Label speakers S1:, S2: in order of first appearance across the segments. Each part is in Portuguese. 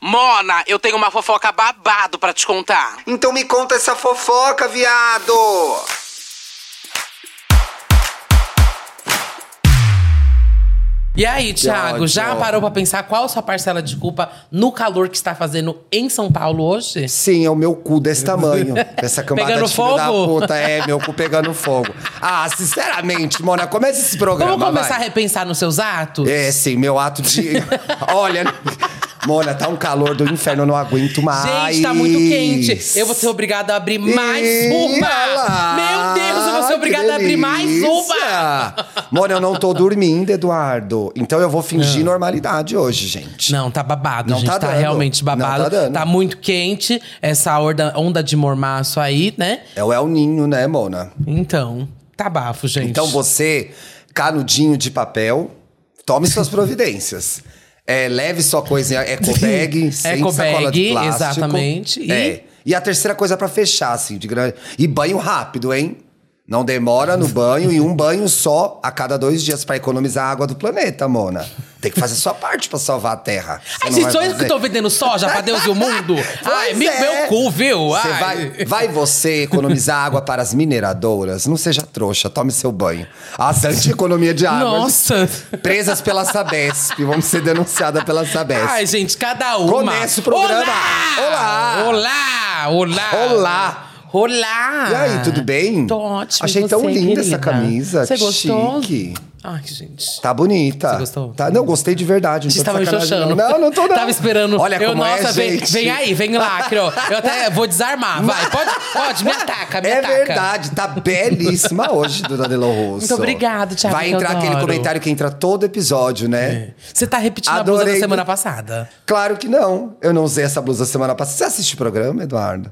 S1: Mona, eu tenho uma fofoca babado pra te contar.
S2: Então me conta essa fofoca, viado!
S3: E aí, Thiago,
S4: ódio.
S3: já parou pra pensar qual sua parcela de culpa no calor que está fazendo em São Paulo hoje?
S4: Sim, é o meu cu desse tamanho. Dessa camada
S3: Pegando
S4: de filho da
S3: fogo?
S4: puta. É, meu cu pegando fogo. Ah, sinceramente, Mona, começa esse programa,
S3: Vamos começar
S4: vai.
S3: a repensar nos seus atos?
S4: É, sim, meu ato de. Olha. Mona, tá um calor do inferno, eu não aguento mais.
S3: Gente, tá muito quente. Eu vou ser obrigada a abrir mais
S4: Ih, olha
S3: uma.
S4: lá,
S3: Meu Deus, eu vou ser
S4: que
S3: obrigada a abrir mais uma.
S4: delícia. Mona, eu não tô dormindo, Eduardo. Então eu vou fingir
S3: Ah.
S4: normalidade hoje, gente.
S3: Não, tá babado,
S4: Não
S3: gente. Tá,
S4: tá dando.
S3: realmente babado.
S4: Não tá dando.
S3: muito quente essa orda- onda de mormaço aí, né?
S4: É o El Ninho, né, Mona?
S3: Então, tá bafo, gente.
S4: Então você, canudinho de papel, tome suas providências. É, leve sua coisa em eco bag, sem
S3: Eco
S4: sacola
S3: bag,
S4: de plástico.
S3: exatamente, e-
S4: É. E a terceira coisa pra fechar, assim, de grande. E banho rápido, hein? Não demora no banho e um banho só a cada dois dias pra economizar a água do planeta, Mona. Tem que fazer sua parte pra salvar a Terra. Você
S3: Ai,
S4: não
S3: gente,
S4: vai
S3: sou eu que
S4: fazer.
S3: tô vendendo soja pra Deus e o mundo? Ai,
S4: Pois
S3: me-
S4: é.
S3: meu cu, viu?
S4: Você
S3: Ai.
S4: vai, vai você economizar água para as mineradoras? Não seja trouxa, tome seu banho. As anti-economia de água.
S3: Nossa.
S4: Presas pela Sabesp. Vamos ser denunciadas pela Sabesp.
S3: Ai, gente, cada uma.
S4: Começa o programa.
S3: Olá! Olá! Olá!
S4: Olá!
S3: Olá!
S4: E aí, tudo bem?
S3: Tô ótimo.
S4: Achei
S3: e
S4: tão
S3: você,
S4: linda
S3: querida?
S4: essa camisa,
S3: Você
S4: que
S3: gostou?
S4: chique.
S3: Ai, gente.
S4: Tá bonita.
S3: Você gostou?
S4: Tá, não, gostei de verdade. Não
S3: Você
S4: tô
S3: estava
S4: de
S3: me
S4: sacanagem,
S3: xoxando.
S4: não. Não, não tô não.
S3: Tava esperando.
S4: Olha
S3: eu,
S4: como
S3: nossa,
S4: é,
S3: vem,
S4: gente.
S3: vem aí, vem lacre, ó. Eu até vou desarmar, vai. Pode, pode, me ataca, me
S4: É
S3: ataca.
S4: verdade, tá belíssima hoje, Duda Delo Rosso.
S3: Muito obrigado, Thiago,
S4: Vai
S3: que eu
S4: entrar aquele
S3: adoro.
S4: comentário que entra todo episódio, né?
S3: Você tá repetindo a blusa
S4: Adorei.
S3: da semana passada.
S4: Claro que não. Eu não usei essa blusa semana passada. Você assiste o programa, Eduardo?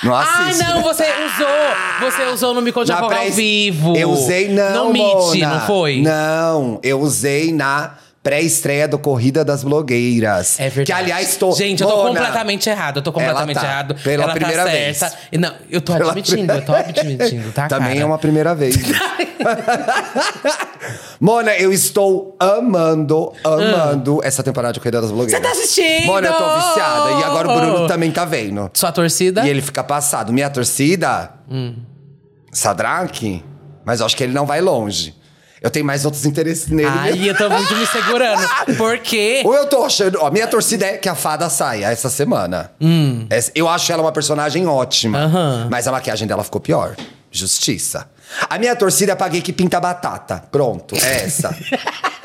S4: Não assiste.
S3: Ah, não, você usou. Você usou no Me Conte a
S4: Na
S3: Fofoca
S4: pré-
S3: ao vivo.
S4: Eu usei, não.
S3: No Meet,
S4: Mona.
S3: não foi?
S4: Não, eu usei na pré-estreia do Corrida das Blogueiras.
S3: É verdade.
S4: Que, aliás, tô.
S3: Gente, eu tô
S4: Mona,
S3: completamente errado. Eu tô completamente
S4: Ela tá.
S3: errado.
S4: Pela
S3: Ela
S4: primeira
S3: tá
S4: vez.
S3: certa. E Não, eu tô admitindo, eu tô admitindo, tá?
S4: Também
S3: cara?
S4: é uma primeira vez. Mona, eu estou amando, amando essa temporada de Corrida das Blogueiras.
S3: Ah. Você tá assistindo?
S4: Mona, eu tô viciada. E agora o Bruno também tá vendo.
S3: Sua torcida?
S4: E ele fica passado. Minha torcida?
S3: Hum.
S4: Sadraque? Mas eu acho que ele não vai longe. Eu tenho mais outros interesses nele. né?
S3: Ai, eu tô muito me segurando. Porque
S4: Ou eu tô achando. Ó, minha torcida é que a fada saia essa semana. Essa- Eu acho ela uma personagem ótima.
S3: Hum. Aham.
S4: Mas a maquiagem dela ficou pior. Justiça. A minha torcida é pra gay que pinta batata. Pronto, é essa.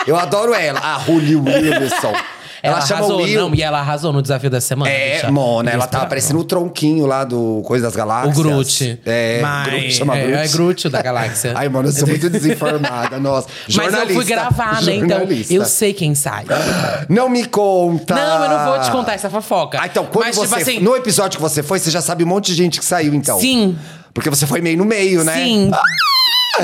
S4: eu adoro ela. A Julie Wilson.
S3: ela,
S4: Ela, chama
S3: arrasou,
S4: o Will.
S3: não, e ela arrasou no desafio da semana.
S4: É,
S3: bicha.
S4: Mona, ela
S3: Inesperado.
S4: tava parecendo o tronquinho lá do Coisa das
S3: O
S4: Galáxias.
S3: Groot.
S4: É,
S3: Mas-
S4: Groot, chama
S3: é,
S4: Groot.
S3: é Groot da galáxia.
S4: Ai, mano, eu sou muito desinformada, nossa.
S3: Mas eu fui
S4: Jornalista,
S3: gravar, né? Então,
S4: jornalista.
S3: eu sei quem sai.
S4: Não me conta!
S3: Não, eu não vou te contar essa fofoca.
S4: Tá. Ah, então, quando
S3: Mas,
S4: você...
S3: tipo assim,
S4: No episódio que você foi, você já sabe um monte de gente que saiu, então.
S3: Sim.
S4: Porque você foi meio no meio, né? Ah,
S3: Sim.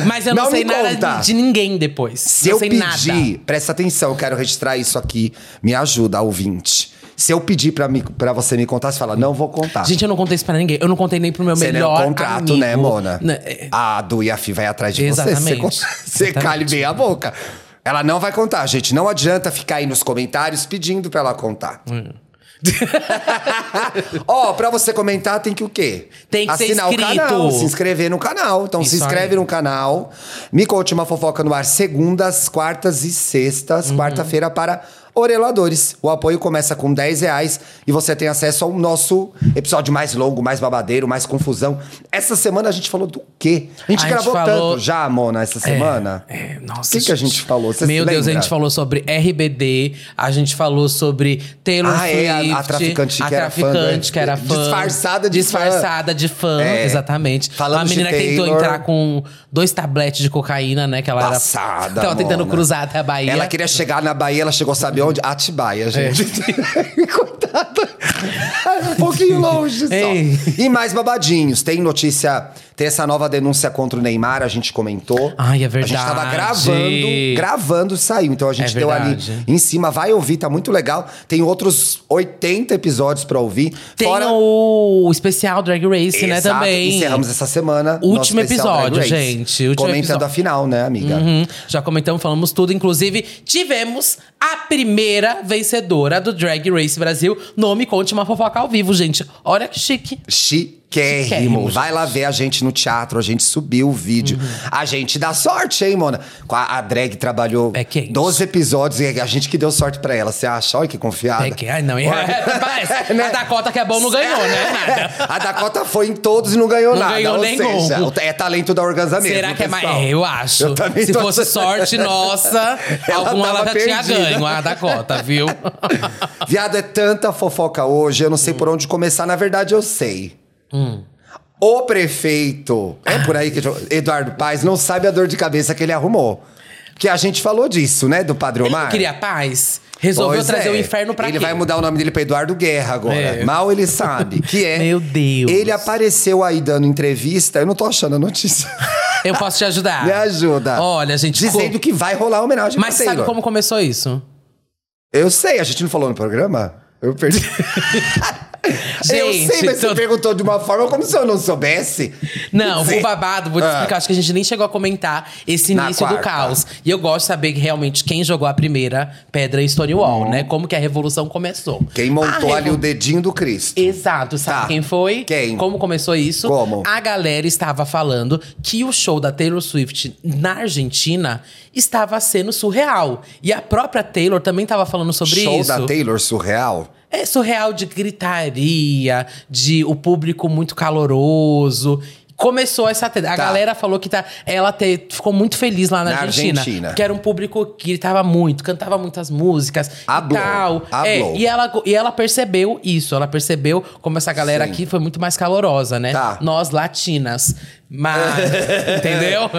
S3: Mas eu não,
S4: Não
S3: sei
S4: me
S3: nada
S4: conta.
S3: de ninguém depois.
S4: Se
S3: não
S4: eu
S3: sei
S4: pedir,
S3: nada.
S4: presta atenção, eu quero registrar isso aqui. Me ajuda, ouvinte. Se eu pedir pra, me, pra você me contar, você fala, não vou contar.
S3: Gente, eu não contei isso pra ninguém. Eu não contei nem pro meu
S4: Você
S3: melhor
S4: não é um contrato,
S3: amigo.
S4: né, Mona?
S3: Né, é,
S4: A Du e a Fi vai atrás de você. Você,
S3: Exatamente.
S4: con- você
S3: Exatamente.
S4: cale bem a boca. Ela não vai contar, gente. Não adianta ficar aí nos comentários pedindo pra ela contar.
S3: É.
S4: Ó, pra você comentar tem que o quê?
S3: Tem que ser
S4: Assinar
S3: inscrito.
S4: o canal, se inscrever no canal. Então se
S3: Isso
S4: inscreve
S3: aí.
S4: no canal. Me conte uma fofoca no ar segundas, quartas e
S3: Uhum.
S4: sextas. Quarta-feira para Oreladores. O apoio começa com 10 reais e você tem acesso ao nosso episódio mais longo, mais babadeiro, mais confusão. Essa semana a gente falou do quê? A gente
S3: A gente
S4: gravou
S3: falou-
S4: tanto já, Mona, essa semana.
S3: é, nossa.
S4: O que, que a gente falou? Você se
S3: Meu Deus, a
S4: lembra?
S3: gente falou sobre RBD, a gente falou sobre Taylor
S4: Ah,
S3: Swift.
S4: é, a- a traficante
S3: a
S4: que era fã do
S3: traficante
S4: RBD.
S3: que era fã.
S4: Disfarçada de fã.
S3: Disfarçada de fã,
S4: É.
S3: exatamente.
S4: Falamos
S3: Uma
S4: de
S3: menina que tentou
S4: Taylor.
S3: entrar com dois tabletes de cocaína, né? Que ela era.
S4: Passada,
S3: Tava tentando
S4: Mona.
S3: cruzar até a Bahia. É.
S4: Ela queria chegar na Bahia, ela chegou, sabe onde? Atibaia, gente. Coitada. Era um pouquinho longe só.
S3: Ei.
S4: E mais babadinhos. Tem notícia, Tem essa nova denúncia contra o Neymar, a gente comentou.
S3: Ai, é
S4: A gente tava
S3: verdade.
S4: gravando, gravando e saiu. Então a gente
S3: É
S4: deu ali
S3: verdade.
S4: em cima. Vai ouvir, tá muito legal. Tem outros 80 episódios pra ouvir.
S3: Tem o especial Drag Race, né,
S4: Exato,
S3: também.
S4: Encerramos essa semana.
S3: Último
S4: nosso especial Drag
S3: episódio,
S4: Race.
S3: gente, último
S4: Comentando
S3: episódio.
S4: a final, né, amiga?
S3: Uhum. Já comentamos, falamos tudo. Inclusive, tivemos a primeira vencedora do Drag Race Brasil. Nome Conte Uma Fofoca ao vivo, gente. Olha que chique.
S4: Chiquérrimo.
S3: Chiquérrimo, Uhum.
S4: Vai lá ver a gente no teatro, a gente subiu o vídeo. A gente dá sorte, hein, Mona? Com A, a drag trabalhou
S3: Pé quente.
S4: 12 episódios e a gente que deu sorte pra ela. Você acha? Olha que confiada.
S3: É que, ai, não. É, parece.
S4: Né?
S3: A Dakota que é bom não ganhou, né? Nada.
S4: a Dakota foi em todos e não ganhou
S3: Não
S4: nada.
S3: ganhou
S4: Ou
S3: nenhum.
S4: seja, o- é talento da organização.
S3: Será que é mais.
S4: pessoal.
S3: É, eu acho.
S4: Eu também
S3: Se
S4: tô-
S3: fosse sorte nossa,
S4: Ela
S3: alguma ela
S4: tava
S3: já tinha
S4: perdida.
S3: ganho, a Dakota, viu?
S4: Viado, é tanta fofoca hoje, eu não sei por onde começar. Na verdade, eu sei. O prefeito, é por aí que Eduardo Paes não sabe a dor de cabeça que ele arrumou. Porque a gente falou disso, né, do Padre
S3: Ele não
S4: Omar?
S3: queria paz? Resolveu
S4: Pois
S3: trazer
S4: é.
S3: o inferno pra
S4: Ele
S3: quê?
S4: vai mudar o nome dele pra Eduardo Guerra agora.
S3: É.
S4: Mal ele sabe. Que é.
S3: Meu Deus.
S4: Ele apareceu aí dando entrevista. Eu não tô achando a notícia.
S3: Eu posso te ajudar.
S4: Me ajuda.
S3: Olha, gente.
S4: Dizendo
S3: co-
S4: que vai rolar homenagem
S3: Mas
S4: pra
S3: sabe
S4: Taylor.
S3: como começou isso?
S4: Eu sei, a gente não falou no programa? Eu perdi. eu sei, mas
S3: tô-
S4: você perguntou de uma forma como se eu não soubesse.
S3: Não,
S4: Quer dizer,
S3: o babado, vou te
S4: Ah.
S3: explicar. Acho que a gente nem chegou a comentar esse
S4: Na
S3: início do
S4: quarta.
S3: caos. E eu gosto de saber que, realmente quem jogou a primeira pedra em Stonewall, né? Como que a revolução começou.
S4: Hum. Quem montou
S3: A
S4: ali
S3: revol-
S4: o dedinho do Cristo.
S3: Exato, sabe
S4: Tá.
S3: quem foi?
S4: Quem?
S3: Como começou isso?
S4: Como?
S3: A galera estava falando que o show da Taylor Swift na Argentina estava sendo surreal. E a própria Taylor também estava falando sobre
S4: Show
S3: isso.
S4: da Taylor surreal.
S3: É surreal de gritaria, de o público muito caloroso. Começou essa treta. A
S4: Tá.
S3: galera falou que tá, ela te- ficou muito feliz lá na,
S4: Na
S3: Argentina,
S4: Argentina.
S3: Porque era um público que gritava muito, cantava muitas músicas
S4: Hablou,
S3: e tal.
S4: hablou.
S3: É, e, ela, e ela percebeu isso. Ela percebeu como essa galera
S4: Sim.
S3: aqui foi muito mais calorosa, né?
S4: Tá.
S3: Nós, latinas. Mas, entendeu?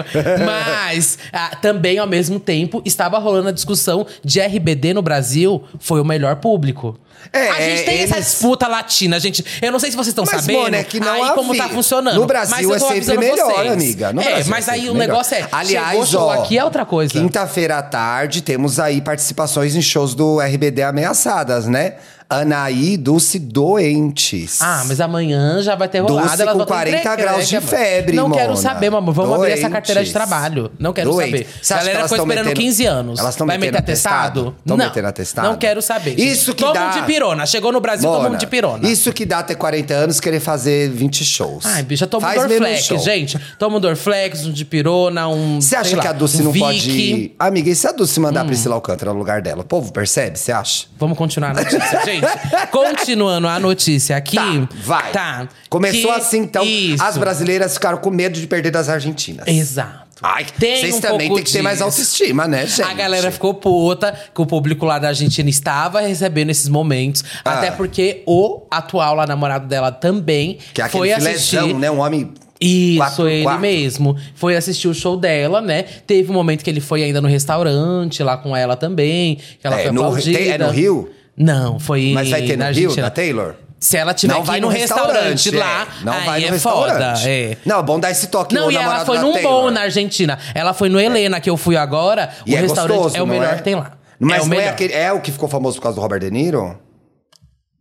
S3: Mas, ah, também, ao mesmo tempo, estava rolando a discussão de RBD no Brasil foi o melhor público.
S4: É,
S3: a gente tem essa
S4: eles-
S3: disputa latina, gente. Eu não sei se vocês estão
S4: Mas,
S3: sabendo
S4: Mona, é que não
S3: aí
S4: há
S3: como
S4: vi-
S3: tá funcionando.
S4: No Brasil
S3: Mas eu tô
S4: é sempre
S3: avisando
S4: melhor,
S3: vocês.
S4: amiga. No
S3: é,
S4: Brasil
S3: mas aí
S4: sempre
S3: o
S4: melhor.
S3: negócio é, chegou,
S4: Aliás,
S3: show
S4: ó,
S3: aqui é outra coisa.
S4: Quinta-feira à tarde, temos aí participações em shows do RBD ameaçadas, né? Anaí e Dulce doentes.
S3: Ah, mas amanhã já vai ter
S4: Doce
S3: rolado. ela
S4: com
S3: volta
S4: 40
S3: encrequeca,
S4: graus de
S3: mano.
S4: febre,
S3: Não quero
S4: Mona.
S3: saber, mamãe. Vamos abrir essa
S4: Doentes.
S3: carteira de trabalho. Não quero
S4: Doente.
S3: saber.
S4: Você
S3: A
S4: acha que
S3: galera
S4: elas
S3: ficou
S4: tão
S3: esperando
S4: metendo-
S3: 15 anos.
S4: Elas tão
S3: Vai
S4: metendo
S3: meter atestado?
S4: atestado? Tão
S3: não.
S4: metendo atestado?
S3: Não quero saber.
S4: Isso que
S3: Todo
S4: dá-
S3: mundo de pirona. Chegou no Brasil, todo mundo
S4: Mona,
S3: de pirona.
S4: Isso que dá ter 40 anos querer fazer 20 shows.
S3: Ai, bicho, já toma um
S4: Faz menos
S3: Dorflex,
S4: show.
S3: gente. Toma um Dorflex, um dipirona, um.
S4: Você
S3: sei
S4: acha
S3: lá, Hum.
S4: que a Dulce
S3: um
S4: não
S3: Vick.
S4: pode. Amiga, e se a Dulce mandar a Priscila Alcântara no lugar dela? O povo percebe, você acha?
S3: Vamos continuar a notícia, gente. Continuando a notícia aqui.
S4: Tá, vai.
S3: Tá.
S4: Começou
S3: Que-
S4: assim, então.
S3: Isso.
S4: As brasileiras ficaram com medo de perder das argentinas.
S3: Exato. um
S4: Ai, vocês também
S3: pouco
S4: têm que ter mais
S3: disso.
S4: autoestima, né, gente?
S3: A galera ficou puta que o público lá da Argentina estava recebendo esses momentos.
S4: Ah.
S3: Até porque o atual lá namorado dela também
S4: Que é aquele
S3: foi assistir.
S4: filézão, né? Um homem.
S3: Isso,
S4: quatro,
S3: ele
S4: quatro.
S3: mesmo. Foi assistir o show dela, né? Teve um momento que ele foi ainda no restaurante lá com ela também. Que ela
S4: É,
S3: foi
S4: no-
S3: aplaudida.
S4: tem- é no Rio?
S3: Não, foi
S4: Mas vai ter
S3: na
S4: no Rio,
S3: Argentina.
S4: da Taylor?
S3: Se ela tiver
S4: não
S3: aqui
S4: vai
S3: no, restaurante, lá,
S4: é. Não
S3: aí
S4: vai no
S3: é foda.
S4: restaurante.
S3: É.
S4: Não, é bom dar esse toque
S3: Não,
S4: no
S3: e ela
S4: namorado
S3: foi
S4: da
S3: num
S4: Taylor.
S3: bom na Argentina. Ela foi no Helena, que eu fui agora.
S4: é? E
S3: o
S4: é
S3: restaurante
S4: gostoso,
S3: é o
S4: não
S3: melhor
S4: é?
S3: que tem lá.
S4: Mas
S3: é o
S4: não
S3: melhor.
S4: é, aquele, é o que ficou famoso por causa do Robert De Niro?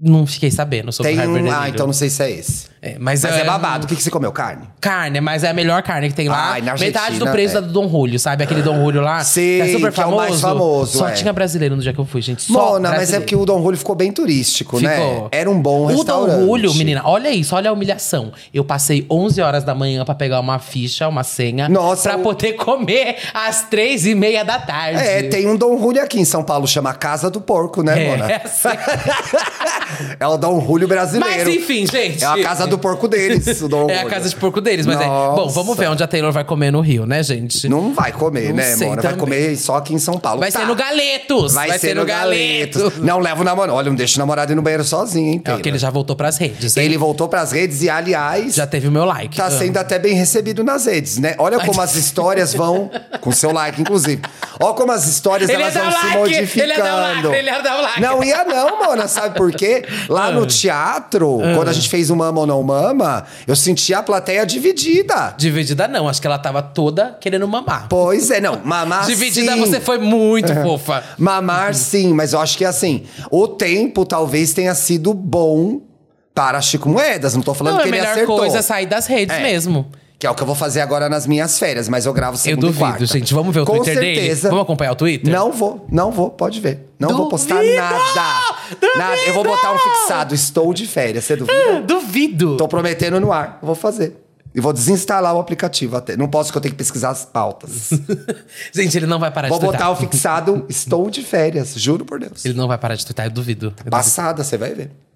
S3: Não fiquei sabendo sobre
S4: Tem
S3: o Herbert
S4: um.
S3: De
S4: Ah,
S3: Niro.
S4: então não sei se é esse.
S3: É, mas,
S4: Mas é babado. O que, que você comeu? Carne?
S3: Carne, mas é a melhor carne que tem lá.
S4: Ai, na
S3: Metade do
S4: Argentina,
S3: preço
S4: é.
S3: da do Dom Julio, sabe? Aquele Dom Julio lá.
S4: Sei,
S3: que é super
S4: que é o
S3: famoso.
S4: mais famoso,
S3: Só
S4: é.
S3: tinha brasileiro no dia que eu fui, gente. Só
S4: Mona, mas é
S3: brasileiro.
S4: porque o Don Julio ficou bem turístico, né? Era um bom restaurante.
S3: O Dom Julio, menina, olha isso, olha a humilhação. Eu passei 11 horas da manhã pra pegar uma ficha, uma senha,
S4: Nossa,
S3: pra
S4: o-
S3: poder comer às três e meia da tarde.
S4: É, tem um Don Julio aqui em São Paulo, chama Casa do Porco, né,
S3: É,
S4: Mona?
S3: assim.
S4: É o Don Julio brasileiro.
S3: Mas enfim, gente.
S4: É a casa do porco deles, o Don
S3: É a
S4: Julio.
S3: casa de porco deles, mas é. Bom, vamos
S4: Nossa.
S3: ver onde a Taylor vai comer no Rio, né, gente?
S4: Não vai comer,
S3: Não
S4: né,
S3: sei
S4: Mona? Vai
S3: também.
S4: comer só aqui em São Paulo.
S3: Vai
S4: Tá.
S3: ser no Galetos!
S4: Vai, ser, no Galetos. Não leva o namorado. Olha, não deixa o namorado ir no banheiro sozinho, hein,
S3: É,
S4: Taylor?
S3: porque ele já voltou pras redes. hein?
S4: Ele voltou pras redes e, aliás,
S3: já teve o meu like. Ah.
S4: tá
S3: Amo.
S4: sendo até bem recebido nas redes, né? Olha como as histórias vão. Com seu like, inclusive. Olha como as histórias
S3: Ele ia
S4: elas
S3: dar
S4: vão
S3: o
S4: se
S3: like,
S4: modificando.
S3: ele ia dar o like, ele ia Ah. dar o like. Ah.
S4: Não ia, não, mona. Sabe por quê? Lá no teatro, quando a gente fez o Mama ou Não não mama, eu senti a plateia dividida.
S3: Dividida não, acho que ela tava toda querendo mamar.
S4: Pois é, não, mamar
S3: Dividida
S4: sim. É.
S3: você Uhum. foi muito fofa.
S4: Mamar sim, mas eu acho que assim, o tempo talvez tenha sido bom para Chico Moedas, não tô falando
S3: Não, a
S4: que ele
S3: melhor
S4: acertou.
S3: coisa é sair das redes
S4: É.
S3: mesmo.
S4: Que é o que eu vou fazer agora nas minhas férias, mas eu gravo
S3: Eu
S4: segunda e
S3: duvido,
S4: quarta.
S3: gente. Vamos ver o
S4: Com
S3: Twitter
S4: certeza.
S3: dele? Vamos acompanhar o Twitter?
S4: Não vou, não vou, pode ver. Não vou postar
S3: Duvido!
S4: nada. Nada. Eu vou
S3: Duvido!
S4: botar um fixado. Estou de férias, você duvida?
S3: Ah, Duvido.
S4: Tô prometendo no ar. Vou fazer. E vou desinstalar o aplicativo até. Não posso que eu tenho que pesquisar as pautas.
S3: Gente, ele não vai parar
S4: Vou
S3: de twittar.
S4: botar o fixado. Estou de férias, juro por Deus.
S3: Ele não vai parar de twittar, eu duvido. Eu
S4: Passada, você vai ver.
S3: duvido.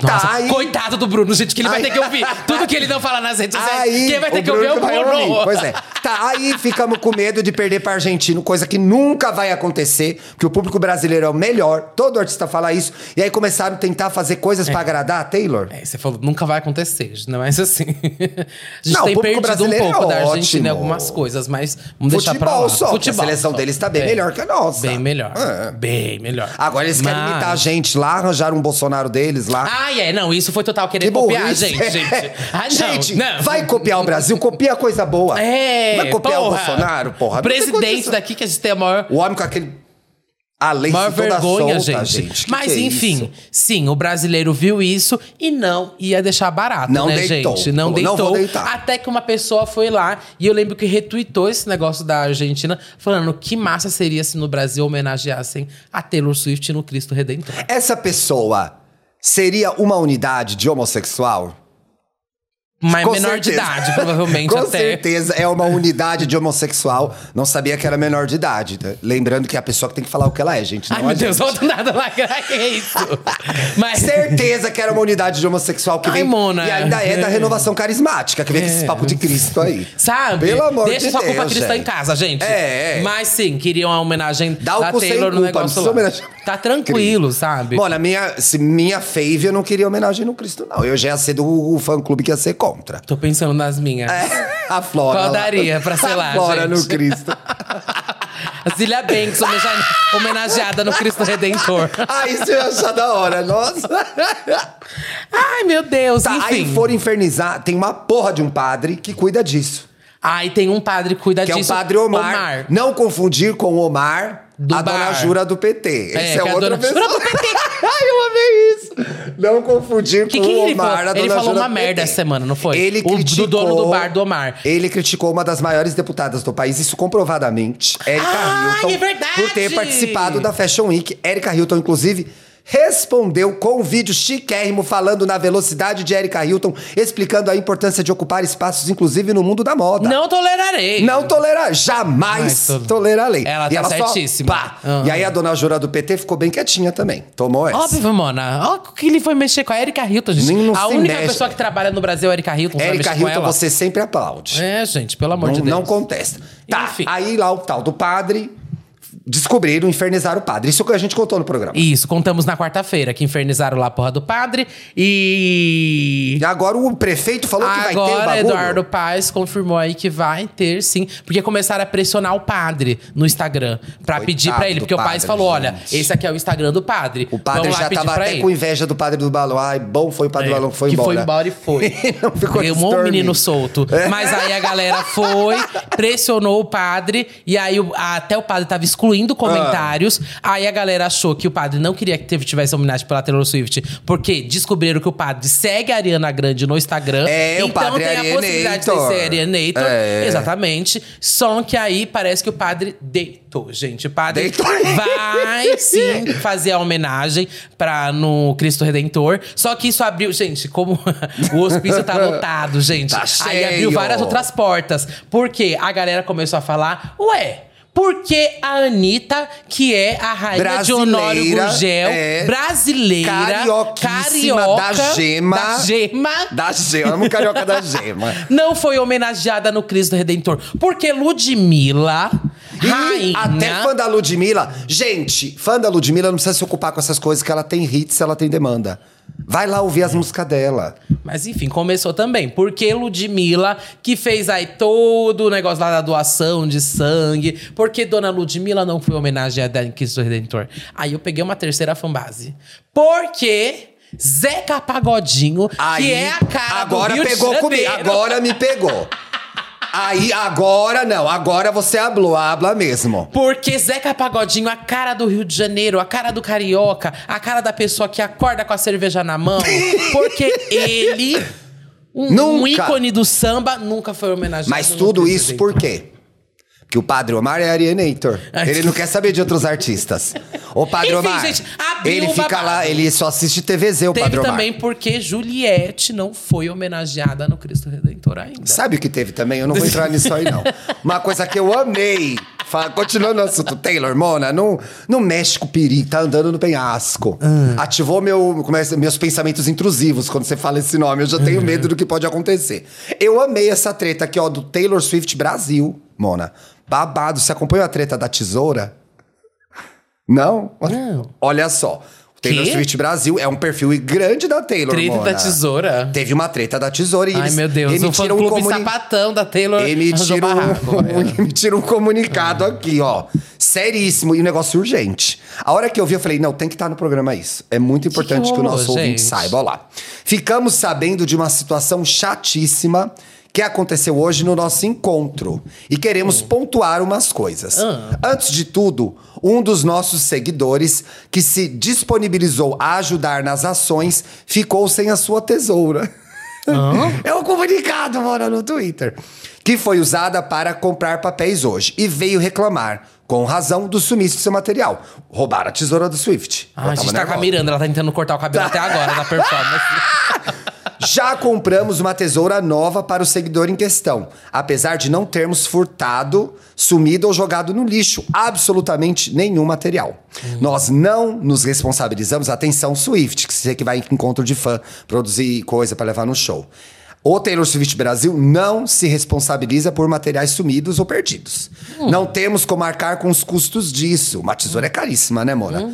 S3: Nossa,
S4: Tá, aí-
S3: coitado do Bruno, gente, que ele vai
S4: Aí-
S3: ter que ouvir. Tudo que ele não fala nas redes sociais, quem vai ter
S4: o
S3: que ouvir é o
S4: Bruno vai
S3: Bruno.
S4: ouvir. Pois é. Tá, aí ficamos com medo de perder pra argentino, coisa que nunca vai acontecer, porque o público brasileiro é o melhor, todo artista fala isso. E aí começaram a tentar fazer coisas pra agradar a Taylor.
S3: É, você falou, nunca vai acontecer, não é isso assim. A gente
S4: Não, o
S3: tem
S4: público
S3: perdido um
S4: brasileiro é
S3: pouco da Argentina em
S4: ótimo.
S3: algumas coisas, mas vamos deixar pra
S4: Futebol
S3: lá. É,
S4: só, que a seleção deles tá bem melhor que a nossa.
S3: Bem melhor,
S4: É.
S3: bem melhor.
S4: Agora eles querem
S3: Mas-
S4: imitar a gente lá, arranjaram um Bolsonaro deles lá.
S3: Ah, é, não, isso foi total querer
S4: Que
S3: copiar a
S4: burrice.
S3: gente, gente. Ah, não,
S4: Gente,
S3: não.
S4: vai copiar o Brasil, copia coisa boa.
S3: É,
S4: vai copiar o
S3: porra.
S4: Bolsonaro, porra. Não tem
S3: Presidente
S4: condição.
S3: daqui que a gente tem a maior
S4: O homem com aquele. A lei
S3: Maior
S4: toda
S3: vergonha,
S4: solta,
S3: gente.
S4: gente. Que
S3: Mas
S4: que é
S3: enfim,
S4: isso?
S3: sim, o brasileiro viu isso e não ia deixar barato,
S4: Não
S3: né,
S4: deitou.
S3: gente? Não
S4: Falou,
S3: deitou.
S4: "Não vou deitar."
S3: Até que uma pessoa foi lá e eu lembro que retweetou esse negócio da Argentina, falando que massa seria se no Brasil homenageassem a Taylor Swift no Cristo Redentor.
S4: Essa pessoa seria uma unidade de homossexual?
S3: Mas
S4: Com
S3: É menor de
S4: certeza.
S3: idade, provavelmente
S4: Com
S3: até.
S4: certeza é uma unidade de homossexual. Não sabia que era menor de idade. né? Lembrando que é a pessoa que tem que falar o que ela é, gente.
S3: Ai,
S4: não a
S3: meu Deus,
S4: gente.
S3: volta nada lá, que é isso? Mas...
S4: Certeza que era uma unidade de homossexual que
S3: Ai,
S4: vem.
S3: Mona. É.
S4: E ainda é da renovação carismática, que vem com esse papo de Cristo aí.
S3: Sabe?
S4: Pelo amor
S3: Deixa
S4: de
S3: sua
S4: Deus.
S3: culpa cristã
S4: gente.
S3: em casa, gente.
S4: É, é.
S3: Mas sim, queriam a homenagem
S4: Dá o
S3: da
S4: cu sem
S3: Taylor no
S4: culpa,
S3: negócio
S4: não
S3: lá.
S4: precisa homenagear.
S3: Tá tranquilo, sabe?
S4: Mona, minha, se minha fave, eu não queria homenagem no Cristo, não. Eu já ia ser do fã-clube que ia ser contra.
S3: Tô pensando nas minhas.
S4: é. A Flora.
S3: Qual
S4: lá.
S3: daria pra ser lá,
S4: A Flora
S3: gente?
S4: no Cristo.
S3: A Zilia Banks homenageada, homenageada no Cristo Redentor.
S4: Ah, isso eu ia achar da hora, nossa.
S3: Ai, meu Deus,
S4: Tá,
S3: enfim.
S4: aí for infernizar, tem uma porra de um padre que cuida disso.
S3: Aí tem um padre que cuida
S4: Que
S3: disso.
S4: é o padre Omar. Não confundir com o Omar,
S3: Do
S4: a
S3: bar.
S4: dona Jura do PT.
S3: É,
S4: Esse é,
S3: que é a
S4: outra
S3: dona
S4: pessoa.
S3: Jura do PT.
S4: Ai, eu amei isso. Não confundir
S3: Que
S4: com
S3: que
S4: o
S3: ele
S4: Omar,
S3: falou?
S4: a dona
S3: Ele falou
S4: Jura
S3: uma
S4: do
S3: merda
S4: PT.
S3: essa semana, não foi?
S4: Ele
S3: O- do
S4: criticou...
S3: dono do bar do Omar.
S4: Ele criticou uma das maiores deputadas do país, isso comprovadamente, Erika
S3: Ai,
S4: Hilton.
S3: é verdade!
S4: Por ter participado da Fashion Week. Erika Hilton, inclusive... Respondeu com um vídeo chiquérrimo falando na velocidade de Erika Hilton, explicando a importância de ocupar espaços, inclusive no mundo da moda.
S3: Não tolerarei.
S4: Não tolera, jamais
S3: Ai, tô-
S4: tolerarei.
S3: Ela tá
S4: e ela só,
S3: certíssima.
S4: pá.
S3: Aham.
S4: E aí a dona Jura do PT ficou bem quietinha também. Tomou essa.
S3: Óbvio, Mona. Ó, que ele foi mexer com a Erika Hilton, gente.
S4: Nem não
S3: a
S4: se
S3: única
S4: mexe.
S3: pessoa que trabalha no Brasil é a Erika Hilton. vai
S4: Érica
S3: mexer com
S4: Hilton,
S3: ela.
S4: você sempre aplaude.
S3: É, gente, pelo amor
S4: não,
S3: de Deus.
S4: não contesta. Tá,
S3: Enfim.
S4: aí lá o tal do padre descobriram, infernizaram o padre. Isso que a gente contou no programa. E,
S3: Isso, contamos na quarta-feira que infernizaram lá a porra do padre. E.
S4: agora o prefeito falou que vai ter o
S3: Agora,
S4: bagulho.
S3: Eduardo Paes confirmou aí que vai ter sim, porque começaram a pressionar o padre no Instagram pra
S4: Coitado
S3: pedir pra ele,
S4: do
S3: porque o Paes
S4: padre,
S3: falou: olha,
S4: gente.
S3: esse aqui é o Instagram do padre.
S4: O padre
S3: vamos lá
S4: já
S3: pedir
S4: tava
S3: pra
S4: até
S3: ele.
S4: com inveja do padre do balão. Ai, bom foi o padre do balão que foi
S3: É, que
S4: embora.
S3: foi um embora e foi.
S4: Não ficou
S3: Deu um
S4: disturbing. É.
S3: menino solto. Mas aí a galera foi, pressionou o padre, e aí o- até o padre tava excluindo comentários.
S4: Ah.
S3: Aí a galera achou que o padre não queria que teve- tivesse homenagem pela Taylor Swift, porque descobriram que o padre segue a Ariana Grande no Instagram.
S4: É, o
S3: então
S4: padre
S3: tem a
S4: Arianator.
S3: possibilidade de ser Arianator.
S4: É.
S3: Exatamente. Só que aí parece que o padre deitou, gente. O padre
S4: Deitou.
S3: vai sim fazer a homenagem para no Cristo Redentor. Só que isso abriu, gente, como o hospício tá lotado, gente.
S4: Tá
S3: Aí
S4: cheio.
S3: abriu várias outras portas. Porque a galera começou a falar, ué. Porque a Anitta, que é a rainha de Honório
S4: Brasileira,
S3: Gurgel,
S4: é.
S3: brasileira,
S4: Carioquíssima
S3: carioca,
S4: da gema.
S3: da gema,
S4: Da gema, amo carioca da gema.
S3: não foi homenageada no Cristo Redentor. Porque Ludmilla,
S4: E
S3: rainha...
S4: até fã da Ludmilla. Gente, fã da Ludmilla não precisa se ocupar com essas coisas, que ela tem hits, ela tem demanda. Vai lá ouvir as músicas dela.
S3: Mas enfim, começou também. Porque Ludmilla, que fez aí todo o negócio lá da doação de sangue. Porque Dona Ludmilla não foi homenageada em Cristo Redentor. Aí eu peguei uma terceira fanbase. Porque Zeca Pagodinho, que é a cara
S4: agora
S3: do Rio
S4: pegou
S3: de
S4: comigo,
S3: Janeiro.
S4: agora me pegou. Aí agora não, agora você hablou, habla mesmo.
S3: Porque Zeca Pagodinho, a cara do Rio de Janeiro, a cara do carioca, a cara da pessoa que acorda com a cerveja na mão. Porque ele, um, um
S4: Nunca.
S3: ícone do samba, nunca foi homenageado.
S4: Mas
S3: no
S4: tudo isso
S3: presidente.
S4: por quê? Porque o Padre Omar é Arianator.
S3: Ai.
S4: Ele não quer saber de outros artistas. O Padre
S3: Enfim,
S4: Omar,
S3: gente, abriu
S4: ele
S3: o
S4: fica
S3: babado.
S4: lá, ele só assiste TVZ, o
S3: Teve
S4: Padre Omar.
S3: também porque Juliette não foi homenageada no Cristo Redentor ainda.
S4: Sabe o que teve também? Eu não vou entrar nisso aí, não. Uma coisa que eu amei. Fa- Continuando o assunto, Taylor, Mona, não, não mexe com o piri, tá andando no penhasco.
S3: Ah.
S4: Ativou meu, como é que- meus pensamentos intrusivos quando você fala esse nome. Eu já
S3: Ah.
S4: tenho medo do que pode acontecer. Eu amei essa treta aqui, ó, do Taylor Swift Brasil, Mona. Babado. Você acompanhou a treta da tesoura? Não?
S3: Não.
S4: Olha só. O Taylor
S3: Quê?
S4: Swift Brasil é um perfil grande da Taylor,
S3: Treta
S4: Mona.
S3: da tesoura.
S4: Teve uma treta da tesoura e
S3: Ai,
S4: eles
S3: meu Deus, o
S4: emitiram um
S3: fã-clube
S4: comuni-
S3: sapatão da Taylor arranjou
S4: Emitiram
S3: barraco. É.
S4: um, emitiram um comunicado aqui, ó. Seríssimo e um negócio urgente. A hora que eu vi, eu falei: não, tem que estar no programa isso. É muito importante que, o
S3: rolou,
S4: nosso ouvinte
S3: gente?
S4: saiba. Ó lá. Ficamos sabendo de uma situação chatíssima que aconteceu hoje no nosso encontro. E
S3: Hum.
S4: queremos pontuar umas coisas.
S3: Ah.
S4: Antes de tudo, um dos nossos seguidores que se disponibilizou a ajudar nas ações ficou sem a sua tesoura. É um comunicado, mano, no Twitter. Que foi usada para comprar papéis hoje. E veio reclamar, com razão, do sumiço do seu material. Roubaram a tesoura do Swift.
S3: Ah,
S4: Ela
S3: a
S4: tava
S3: gente tá com a
S4: nervosa.
S3: Miranda, ela tá tentando cortar o cabelo até agora na performance.
S4: Já compramos uma tesoura nova para o seguidor em questão, apesar de não termos furtado, sumido ou jogado no lixo absolutamente nenhum material.
S3: Hum.
S4: Nós não nos responsabilizamos, atenção Swift, que você que vai em encontro de fã produzir coisa para levar no show. O Taylor Swift Brasil não se responsabiliza por materiais sumidos ou perdidos. Não temos como arcar com os custos disso. Uma tesoura é caríssima, né, Mona?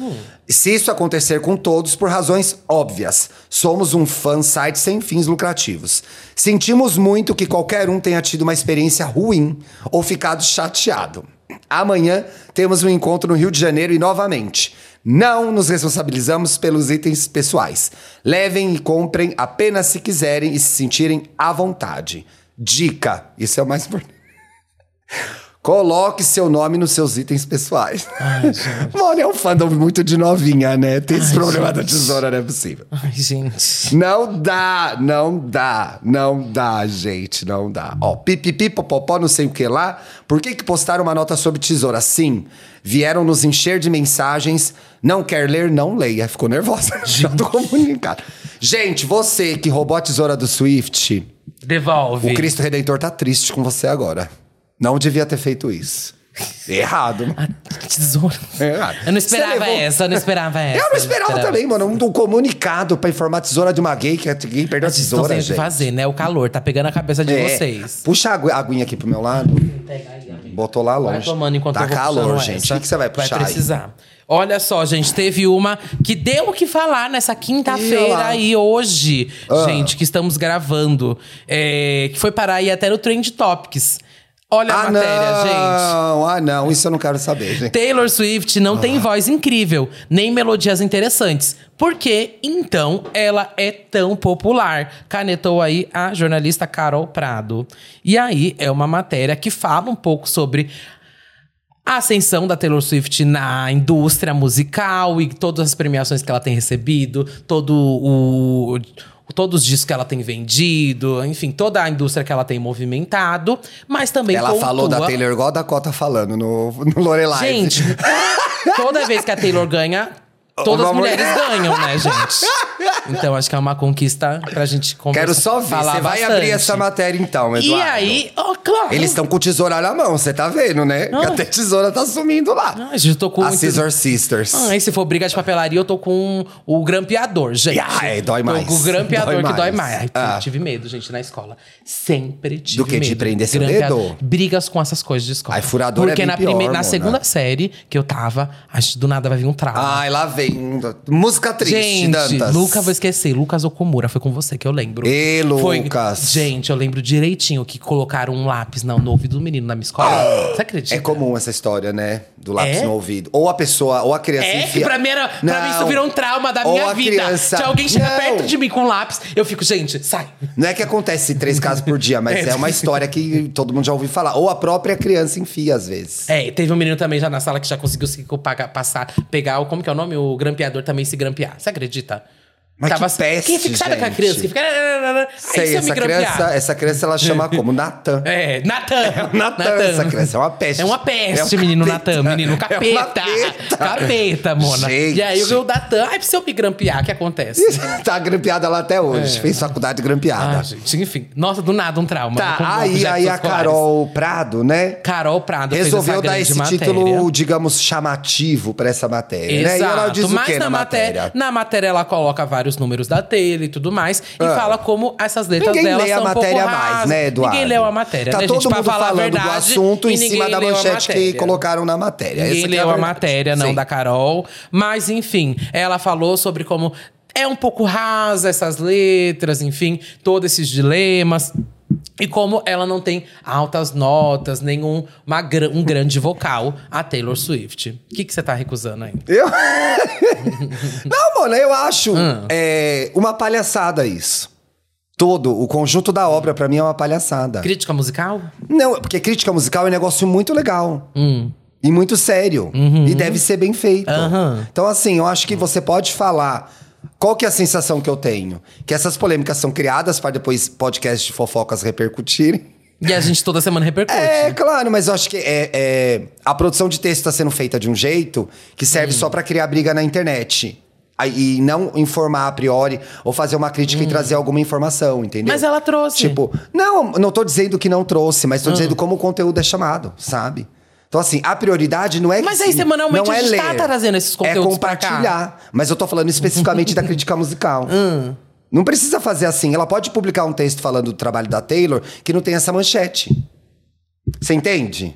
S4: Se isso acontecer com todos, por razões óbvias, somos um fansite sem fins lucrativos. Sentimos muito que qualquer um tenha tido uma experiência ruim ou ficado chateado. Amanhã temos um encontro no Rio de Janeiro e novamente. Não nos responsabilizamos pelos itens pessoais. Levem e comprem apenas se quiserem e se sentirem à vontade. Dica: isso é o mais importante. Coloque seu nome nos seus itens pessoais. Mano, é um fandom muito de novinha, né? Tem esse problema da tesoura, não é possível.
S3: Ai, gente.
S4: Não dá, não dá, não dá, gente, não dá. Ó, pipipi, popopó, não sei o que lá. Por que que postaram uma nota sobre tesoura? Sim, vieram nos encher de mensagens. Não quer ler, não leia. Ficou nervosa. Já tô comunicado. Gente, você que roubou a tesoura do Swift,
S3: Devolve.
S4: o Cristo Redentor tá triste com você agora. Não devia ter feito isso. Errado.
S3: A Ah, tesoura.
S4: Errado.
S3: Eu não
S4: É, ah, Você
S3: esperava
S4: levou-
S3: essa, eu não esperava essa.
S4: Eu não esperava também, mano. Um comunicado pra informar a tesoura de uma gay que a gay perdeu a
S3: Vocês estão
S4: tesoura,
S3: sem o que
S4: gente.
S3: fazer, né? O calor tá pegando a cabeça de
S4: É.
S3: vocês.
S4: Puxa a agu- a aguinha aqui pro meu lado. Botou lá longe.
S3: Vai tomando enquanto
S4: tá
S3: eu vou
S4: calor,
S3: puxando
S4: gente.
S3: essa.
S4: O que, que você vai puxar
S3: Vai
S4: aí?
S3: precisar. Olha só, gente, teve uma que deu o que falar nessa
S4: Ih, olha
S3: quinta-feira
S4: lá. Ah.
S3: aí, hoje, gente, que estamos gravando. é, que foi parar aí até no Trend Topics. Olha a
S4: Ah,
S3: matéria,
S4: não.
S3: gente.
S4: Ah, não. Isso eu não quero saber, gente.
S3: Taylor Swift não
S4: Ah.
S3: tem voz incrível, nem melodias interessantes. Por que, então, ela é tão popular? Canetou aí a jornalista Carol Prado. E aí é uma matéria que fala um pouco sobre a ascensão da Taylor Swift na indústria musical e todas as premiações que ela tem recebido, todo o todos os discos que ela tem vendido, enfim, toda a indústria que ela tem movimentado, mas também
S4: Ela falou da
S3: pontua-
S4: Taylor igual a Dakota falando no, no Lorelai.
S3: Gente, toda vez que a Taylor ganha, todas
S4: Uma
S3: as
S4: mulher-
S3: mulheres ganham, né, gente? Então acho que é uma conquista pra gente conversar.
S4: Quero só ver.
S3: falar
S4: Você vai
S3: bastante.
S4: abrir essa matéria então, Eduardo.
S3: E aí, ó, claro.
S4: Eles estão com tesoura na mão, você tá vendo, né? Que
S3: Ah.
S4: até a tesoura tá sumindo lá.
S3: Ai, Ah, gente, eu tô com.
S4: As
S3: muito-
S4: Scissor Sisters.
S3: Ai, se for briga de papelaria, eu tô com o grampeador, gente.
S4: Ai, Ah, é, dói mais.
S3: Tô com o grampeador
S4: Dói
S3: que dói
S4: mais.
S3: mais. Ai,
S4: Ah.
S3: Tive medo, gente, na escola. Sempre tive
S4: Do que? De
S3: medo.
S4: prender seu
S3: Grampeador.
S4: dedo?
S3: Brigas com essas coisas de escola.
S4: Ai, furador é
S3: Porque
S4: bem
S3: na,
S4: pior,
S3: primeira- na
S4: Mona.
S3: segunda
S4: Ah,
S3: série que eu tava, acho que do nada vai vir um trauma.
S4: Ai, lá vem. Música triste,
S3: Gente,
S4: Dantas.
S3: Lucas nunca vou esquecer. Lucas Okumura, foi com você que eu lembro.
S4: Ê,
S3: Foi-
S4: Lucas.
S3: Gente, eu lembro direitinho que colocaram um lápis na- no ouvido do menino na minha escola. Você acredita?
S4: É comum essa história, né? Do lápis
S3: É?
S4: no ouvido. Ou a pessoa, ou a criança
S3: É, que
S4: enfia-
S3: pra mim, era, pra mim isso
S4: Não.
S3: virou um trauma da
S4: Ou
S3: minha
S4: a
S3: vida.
S4: criança-
S3: Se alguém chega
S4: Não.
S3: perto de mim com um lápis, eu fico, gente, sai.
S4: Não é que acontece três casos por dia, mas
S3: É.
S4: é. uma história que todo mundo já ouviu falar. Ou a própria criança enfia, às vezes.
S3: É, teve um menino também já na sala que já conseguiu se pagar, passar, pegar o. Como que é o nome? O grampeador também se grampear. Você acredita?
S4: Mas que peste,
S3: que fica- Sabe aquela
S4: gente.
S3: criança que fica. Aí se
S4: Sei,
S3: eu É, me
S4: essa criança,
S3: grampear.
S4: essa criança ela chama como? Natan.
S3: É, Natan.
S4: Natan, essa criança é uma peste.
S3: É uma peste,
S4: É um
S3: menino
S4: capeta.
S3: Natan. Menino
S4: É um
S3: capeta.
S4: capeta.
S3: capeta, mona.
S4: Gente.
S3: E aí eu vi o Natan. Ai, se eu me grampear, o que acontece?
S4: tá grampeada lá até hoje. Fez faculdade grampeada.
S3: É. Ah, gente, enfim. Nossa, do nada um trauma.
S4: tá,
S3: Como o
S4: aí,
S3: Jefferson
S4: aí a
S3: Soares.
S4: Carol Prado, né?
S3: Carol Prado
S4: Resolveu
S3: fez essa
S4: dar
S3: grande
S4: esse
S3: matéria.
S4: título, digamos, chamativo pra essa matéria. Né? E ela diz
S3: Exato,
S4: o
S3: mas
S4: quê
S3: na, matéria, na matéria ela coloca vários números da telha e tudo mais e
S4: Ah.
S3: fala como essas letras
S4: Ninguém
S3: dela
S4: lê a
S3: são um pouco
S4: matéria mais,
S3: rasas.
S4: né, Eduardo?
S3: Ninguém leu a matéria,
S4: Tá
S3: né,
S4: todo
S3: gente, pra
S4: mundo
S3: falar a
S4: falando do
S3: verdade,
S4: assunto
S3: e
S4: em cima
S3: ninguém
S4: da
S3: leu a
S4: manchete que
S3: matéria.
S4: colocaram na matéria.
S3: Ninguém
S4: Essa que é
S3: leu a
S4: verdade.
S3: matéria, não,
S4: Sim.
S3: da Carol. Mas, enfim, ela falou sobre como é um pouco rasa essas letras, enfim, todos esses dilemas. E como ela não tem altas notas, nenhum uma gra- um grande vocal, a Taylor Swift. O que que você tá recusando aí?
S4: Eu... Não, mano, eu acho
S3: Ah.
S4: é, uma palhaçada isso. Todo, o conjunto da obra, pra mim, é uma palhaçada.
S3: Crítica musical?
S4: Não, porque crítica musical é um negócio muito legal.
S3: Hum.
S4: E muito sério. E deve ser bem feito.
S3: Uhum. Aham.
S4: Então, assim, eu acho que você pode falar. Qual que é a sensação que eu tenho? Que essas polêmicas são criadas para depois podcasts de fofocas repercutirem.
S3: E a gente toda semana repercute.
S4: É, claro, mas eu acho que é, é, a produção de texto está sendo feita de um jeito que serve
S3: Hum.
S4: só para criar briga na internet. Aí- E não informar a priori ou fazer uma crítica e trazer alguma informação, entendeu?
S3: Hum. Mas ela trouxe. Ah.
S4: Tipo, não, não tô dizendo que não trouxe, mas tô dizendo como o conteúdo é chamado, sabe? Então, assim, a prioridade não é
S3: Mas
S4: que-
S3: aí, semanalmente,
S4: não
S3: a
S4: é
S3: gente tá
S4: ler,
S3: trazendo esses
S4: É
S3: conteúdos pra cá.
S4: compartilhar. Mas eu tô falando especificamente da crítica musical.
S3: Ah.
S4: Não precisa fazer assim. Ela pode publicar um texto falando do trabalho da Taylor que não tem essa manchete. Você entende?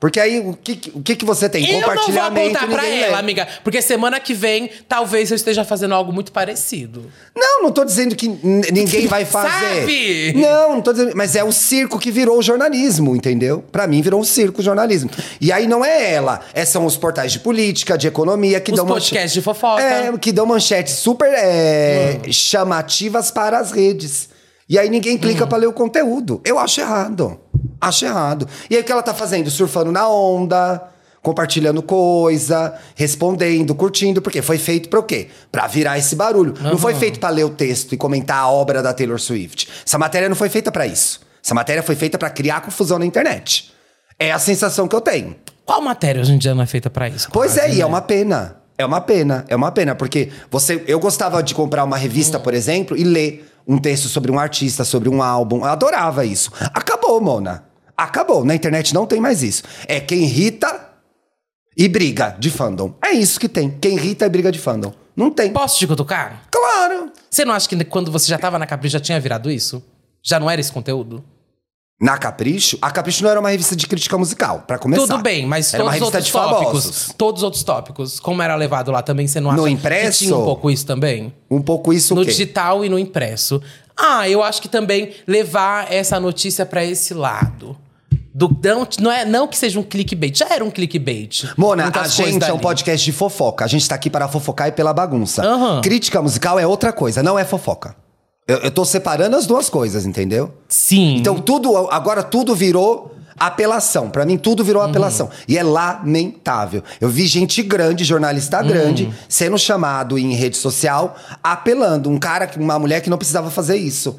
S4: Porque aí o que, que- o que, que você tem?
S3: Eu não vou
S4: Compartilhamento.
S3: apontar pra
S4: ninguém
S3: ela,
S4: lê.
S3: amiga. Porque semana que vem, talvez eu esteja fazendo algo muito parecido.
S4: Não, não tô dizendo que n- ninguém vai fazer.
S3: Sabe?
S4: Não, não tô dizendo. Mas é o circo que virou o jornalismo, entendeu? Pra mim virou um circo o jornalismo. E aí não é ela. É, são os portais de política, de economia que
S3: Os
S4: dão
S3: podcasts de fofoca.
S4: É, que dão manchetes super é, chamativas para as redes. E aí ninguém clica pra ler o conteúdo. Eu acho errado. Acho errado. E aí o que ela tá fazendo? Surfando na onda, compartilhando coisa, respondendo, curtindo, porque foi feito pra o quê? Pra virar esse barulho. Não foi feito pra ler o texto e comentar a obra da Taylor Swift. Essa matéria não foi feita pra isso. Essa matéria foi feita pra criar confusão na internet. É a sensação que eu tenho.
S3: Qual matéria hoje em dia não é feita pra isso?
S4: Pois
S3: quase,
S4: é, e
S3: né?
S4: é uma pena. É uma pena, é uma pena, porque você, eu gostava de comprar uma
S3: Hum.
S4: revista, por exemplo, e ler um texto sobre um artista, sobre um álbum. Eu adorava isso. Acabou, Mona. Acabou. Na internet não tem mais isso. É quem irrita e briga de fandom. É isso que tem. Quem irrita e briga de fandom. Não tem.
S3: Posso te cutucar?
S4: Claro.
S3: Você não acha que quando você já tava na Capri já tinha virado isso? Já não era esse conteúdo?
S4: Na Capricho, a Capricho não era uma revista de crítica musical, pra começar.
S3: Tudo bem, mas
S4: era uma
S3: todos os
S4: revista
S3: outros
S4: de
S3: tópicos.
S4: famosos.
S3: Todos os outros tópicos. Como era levado lá também, você não acha
S4: No
S3: que
S4: impresso?
S3: tinha um pouco isso também?
S4: Um pouco isso
S3: no
S4: o quê?
S3: digital e no impresso. Ah, eu acho que também levar essa notícia pra esse lado. Do, não, não, é, não que seja um clickbait, já era um clickbait.
S4: Mona, a
S3: Muitas coisas
S4: gente é um
S3: dali.
S4: podcast de fofoca. A gente tá aqui para fofocar e pela bagunça.
S3: Aham.
S4: Crítica musical é outra coisa, não é fofoca. Eu, eu tô separando as duas coisas, entendeu?
S3: Sim.
S4: Então tudo, agora tudo virou apelação. Pra mim tudo virou
S3: Uhum.
S4: apelação. E é lamentável. Eu vi gente grande,
S3: Uhum.
S4: jornalista grande, sendo chamado em rede social, apelando. Um cara, que- uma mulher que não precisava fazer isso.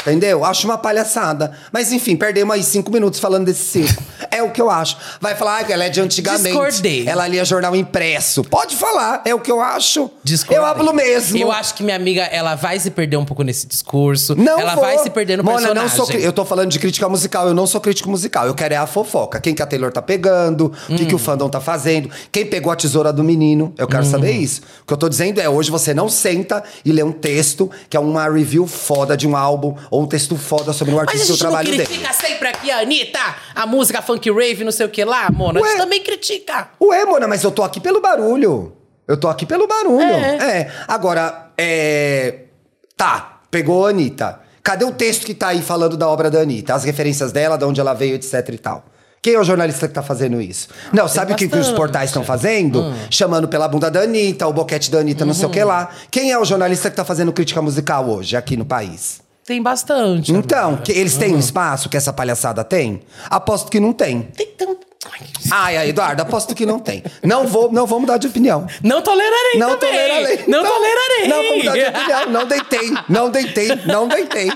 S4: Entendeu? Acho uma palhaçada. Mas enfim, perdemos aí cinco minutos falando desse circo. É o que eu acho. Vai falar ah, que ela é de antigamente.
S3: Discordei.
S4: Ela lia jornal impresso. Pode falar, é o que eu acho.
S3: Discordei.
S4: Eu hablo mesmo.
S3: Eu acho que minha amiga, ela vai se perder um pouco nesse discurso.
S4: Não
S3: ela
S4: vou.
S3: vai se perder no
S4: Mona,
S3: personagem.
S4: Não sou, cri- eu tô falando de crítica musical, eu não sou crítico musical. Eu quero é a fofoca. Quem que a Taylor tá pegando, o que, que
S3: Hum.
S4: o fandom tá fazendo, quem pegou a tesoura do menino. Eu quero saber isso. O que eu tô dizendo é, hoje você não senta e lê um texto que é uma review foda de um álbum ou um texto foda sobre um
S3: Mas a
S4: artista e o
S3: gente não
S4: trabalho
S3: critica
S4: dele.
S3: sempre aqui a Anitta, a música funk rave, não sei o que lá, Mona. A gente
S4: Ué.
S3: também critica.
S4: Ué, Mona, mas eu tô aqui pelo barulho. Eu tô aqui pelo barulho.
S3: É.
S4: É. Agora, É, Tá, pegou a Anitta. Cadê o texto que tá aí falando da obra da Anitta? As referências dela, de onde ela veio, etc e tal. Quem é o jornalista que tá fazendo isso? Não, sabe o que, que os
S3: Ah, bastante. Hum.
S4: portais estão fazendo? Chamando pela bunda da Anitta, o boquete da Anitta, não sei o
S3: Uhum.
S4: que lá. Quem é o jornalista que tá fazendo crítica musical hoje, aqui no país?
S3: Tem bastante.
S4: Então, que eles têm
S3: Uhum.
S4: um espaço que essa palhaçada tem? Aposto que não tem.
S3: Tem tanto. Ai, que-
S4: Ai, ai, Eduardo, aposto que não tem. Não vou, não vou mudar de opinião.
S3: Não tolerarei
S4: Não
S3: também.
S4: tolerarei.
S3: Não
S4: Então,
S3: tolerarei.
S4: Não vou mudar de opinião. Não deitei. Não deitei. Não deitei.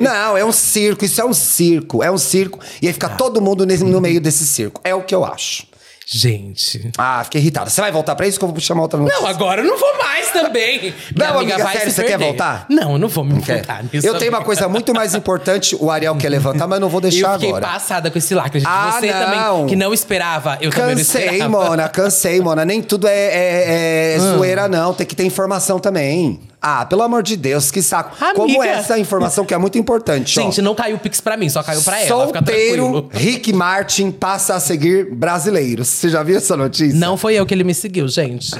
S4: Não, é um circo. Isso é um circo. É um circo. E aí fica todo mundo nesse- no meio desse circo. É o que eu acho.
S3: Gente.
S4: Ah, fiquei irritada. Você vai voltar pra isso que eu vou chamar outra notícia?
S3: Não, agora eu não vou mais também.
S4: Não, amiga, sério, você quer
S3: perder.
S4: voltar?
S3: Não, eu não vou me
S4: Quer?
S3: voltar tá nisso.
S4: Eu tenho uma
S3: amiga.
S4: coisa muito mais importante. O Ariel quer levantar, mas eu não vou deixar
S3: eu fiquei
S4: agora.
S3: passada com esse lacre, gente.
S4: Ah,
S3: Você
S4: não.
S3: também, que não esperava, eu também não
S4: Cansei,
S3: esperava.
S4: Mona, cansei, Mona. Nem tudo é, é- é
S3: Ah.
S4: zoeira, não. Tem que ter informação também. Ah, pelo amor de Deus, que saco. Como
S3: Amiga.
S4: essa informação que é muito importante, ó.
S3: Gente, não caiu o Pix pra mim, só caiu pra ela. Fica
S4: Solteiro,
S3: tranquilo.
S4: Rick Martin passa a seguir brasileiros. Você já viu essa notícia?
S3: Não foi eu que ele me seguiu, gente.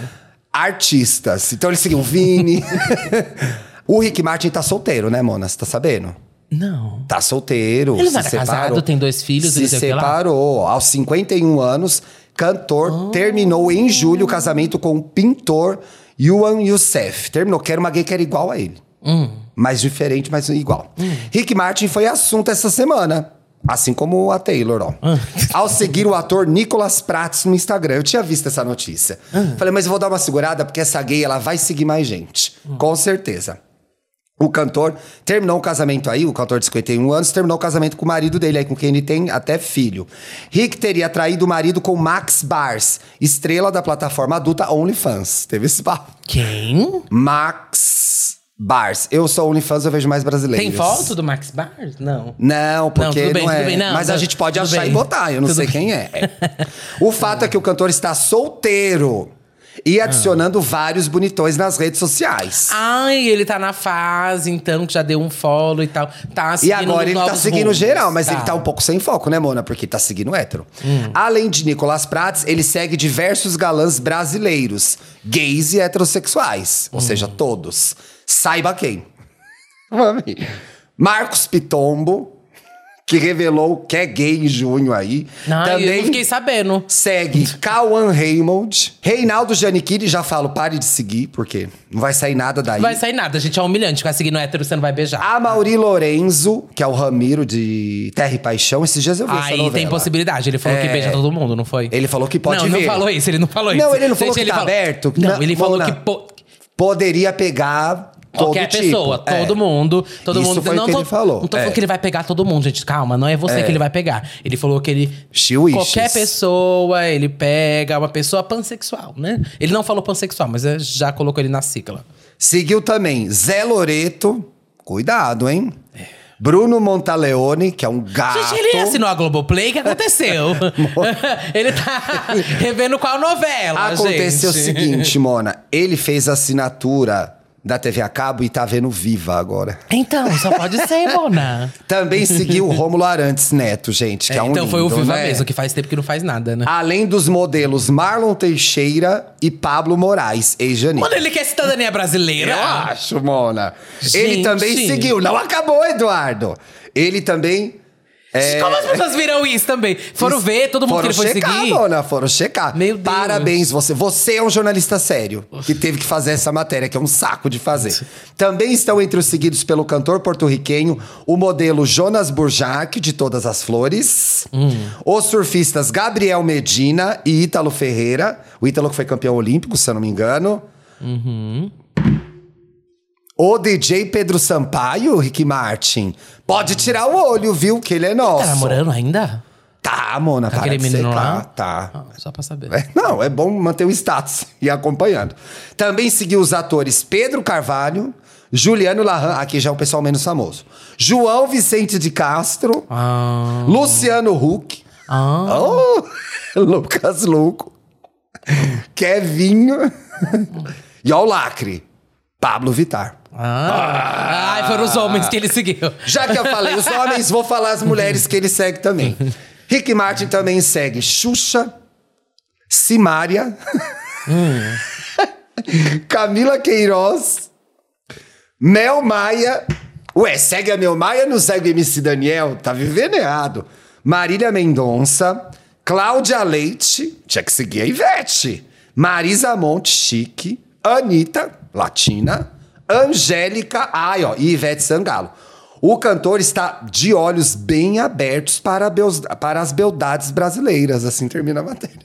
S4: Artistas. Então ele seguiu o Vini. o Rick Martin tá solteiro, né, Mona? Você tá sabendo?
S3: Não.
S4: Tá solteiro.
S3: Ele não
S4: se
S3: era
S4: separou.
S3: casado, tem dois filhos,
S4: Se
S3: não sei o que lá.
S4: separou. Aos 51 anos, cantor
S3: Oh.
S4: terminou em julho o casamento com o pintor Yuan Youssef. Terminou, que era uma gay que era igual a ele.
S3: Hum.
S4: Mais diferente, mas igual. Rick Martin foi assunto essa semana. Assim como a Taylor, ó.
S3: Ah.
S4: Ao seguir o ator Nicolas Prats no Instagram. Eu tinha visto essa notícia.
S3: Ah.
S4: Falei, mas eu vou dar uma segurada, porque essa gay, ela vai seguir mais gente.
S3: Hum.
S4: Com certeza. O cantor terminou o casamento aí, o cantor de 51 anos, terminou o casamento com o marido dele aí, com quem ele tem até filho. Rick teria traído o marido com Max Bars, estrela da plataforma adulta OnlyFans. Teve esse papo.
S3: Quem?
S4: Max Bars. Eu sou OnlyFans, eu vejo mais brasileiros.
S3: Tem foto do Max Bars? Não.
S4: Não, porque não,
S3: tudo bem,
S4: é.
S3: tudo bem, não,
S4: Mas a
S3: não,
S4: gente pode
S3: tudo
S4: achar
S3: bem.
S4: e botar, eu não
S3: Tudo
S4: sei
S3: bem.
S4: quem é. O fato é que o cantor está solteiro e adicionando vários bonitões nas redes sociais.
S3: Ai, ele tá na fase, então, que já deu um follow e tal. Tá
S4: E
S3: seguindo
S4: agora ele tá
S3: novos
S4: seguindo
S3: rumos.
S4: geral, mas ele tá um pouco sem foco, né, Mona? Porque tá seguindo hétero.
S3: Hum.
S4: Além de Nicolas Prates, ele segue diversos galãs brasileiros, gays e heterossexuais.
S3: Hum.
S4: Ou seja, todos. Saiba quem. Mami. Marcos Pitombo, que revelou que é gay em junho aí.
S3: Ai, eu não fiquei sabendo.
S4: Segue Cauan Raymond. Reinaldo Giannichini, já falo, pare de seguir, porque não vai sair nada daí.
S3: Não vai sair nada, gente. É humilhante ficar seguindo hétero, você não vai beijar.
S4: A Mauri Lorenzo, que é o Ramiro de Terra e Paixão, esses dias eu vi Ah, essa
S3: Aí
S4: novela.
S3: tem possibilidade. Ele falou
S4: É.
S3: que beija todo mundo, não foi?
S4: Ele falou que pode
S3: não,
S4: ver.
S3: Não, falou isso, ele não falou isso.
S4: Não, ele não falou que
S3: ele
S4: tá aberto.
S3: Não,
S4: Na-
S3: ele falou
S4: Mona,
S3: que po-
S4: Poderia pegar todo
S3: qualquer
S4: tipo.
S3: pessoa,
S4: É.
S3: todo mundo, todo
S4: Isso
S3: mundo.
S4: foi o
S3: não
S4: que
S3: tô,
S4: ele falou.
S3: Não tô
S4: É.
S3: falando que ele vai pegar todo mundo, gente. Calma, não é você que ele vai pegar. Ele falou que ele
S4: She wishes.
S3: qualquer pessoa, ele pega uma pessoa pansexual, né? Ele não falou pansexual, mas é, já colocou ele na sigla.
S4: Seguiu também Zé Loreto. Cuidado, hein? Bruno Montaleone, que é um gato.
S3: Gente, ele assinou a Globoplay, o que aconteceu? ele tá revendo qual novela,
S4: Aconteceu
S3: gente.
S4: o seguinte, Mona. Ele fez a assinatura da TV a cabo e tá vendo Viva agora.
S3: Então, só pode ser, Mona.
S4: Também seguiu o Rômulo Arantes Neto, gente, que é,
S3: É,
S4: um
S3: então foi o
S4: lindo,
S3: Viva
S4: né?
S3: mesmo, que faz tempo que não faz nada, né?
S4: Além dos modelos Marlon Teixeira e Pablo Moraes, ex-Janine.
S3: Mano, ele quer cidadania brasileira.
S4: Eu acho, Mona. Ele
S3: Gente.
S4: também seguiu. Não acabou, Eduardo. Ele também. é,
S3: Como as pessoas viram isso também? Foram ver todo mundo que
S4: foram
S3: ele foi
S4: checar,
S3: seguir?
S4: Mona, foram checar.
S3: Meu Deus.
S4: Parabéns, você. Você é um jornalista sério que teve que fazer essa matéria, que é um saco de fazer. Também estão entre os seguidos pelo cantor porto-riquenho o modelo Jonas Burjac, de Todas as Flores,
S3: Hum.
S4: os surfistas Gabriel Medina e Ítalo Ferreira. O Ítalo que foi campeão olímpico, se eu não me engano.
S3: Uhum.
S4: O DJ Pedro Sampaio, Rick Martin, pode tirar o olho, viu? Que ele é nosso.
S3: Tá namorando ainda?
S4: Tá, Mona, tá.
S3: aquele menino lá?
S4: Tá.
S3: Ah, só pra saber.
S4: É, Não, é bom manter o status e ir acompanhando. Também seguiu os atores Pedro Carvalho, Juliano Larran, aqui já é o pessoal menos famoso. João Vicente de Castro,
S3: Ah,
S4: Luciano Huck,
S3: ah.
S4: oh, Lucas Luco, Kevinho e ao lacre, Pablo Vitar.
S3: Ah. Ai, foram os homens que ele seguiu.
S4: Já que eu falei os homens, vou falar as mulheres que ele segue também. Rick Martin também segue Xuxa, Simária, Camila Queiroz, Mel Maia. Ué, segue a Mel Maia, não segue o MC Daniel? Tá vivendo errado. Marília Mendonça. Cláudia Leite. Tinha que seguir a Ivete. Marisa Monte, chique. Anitta, latina. Angélica. Ai, ó. E Ivete Sangalo. O cantor está de olhos bem abertos para, a beus- para as beldades brasileiras. Assim termina a matéria.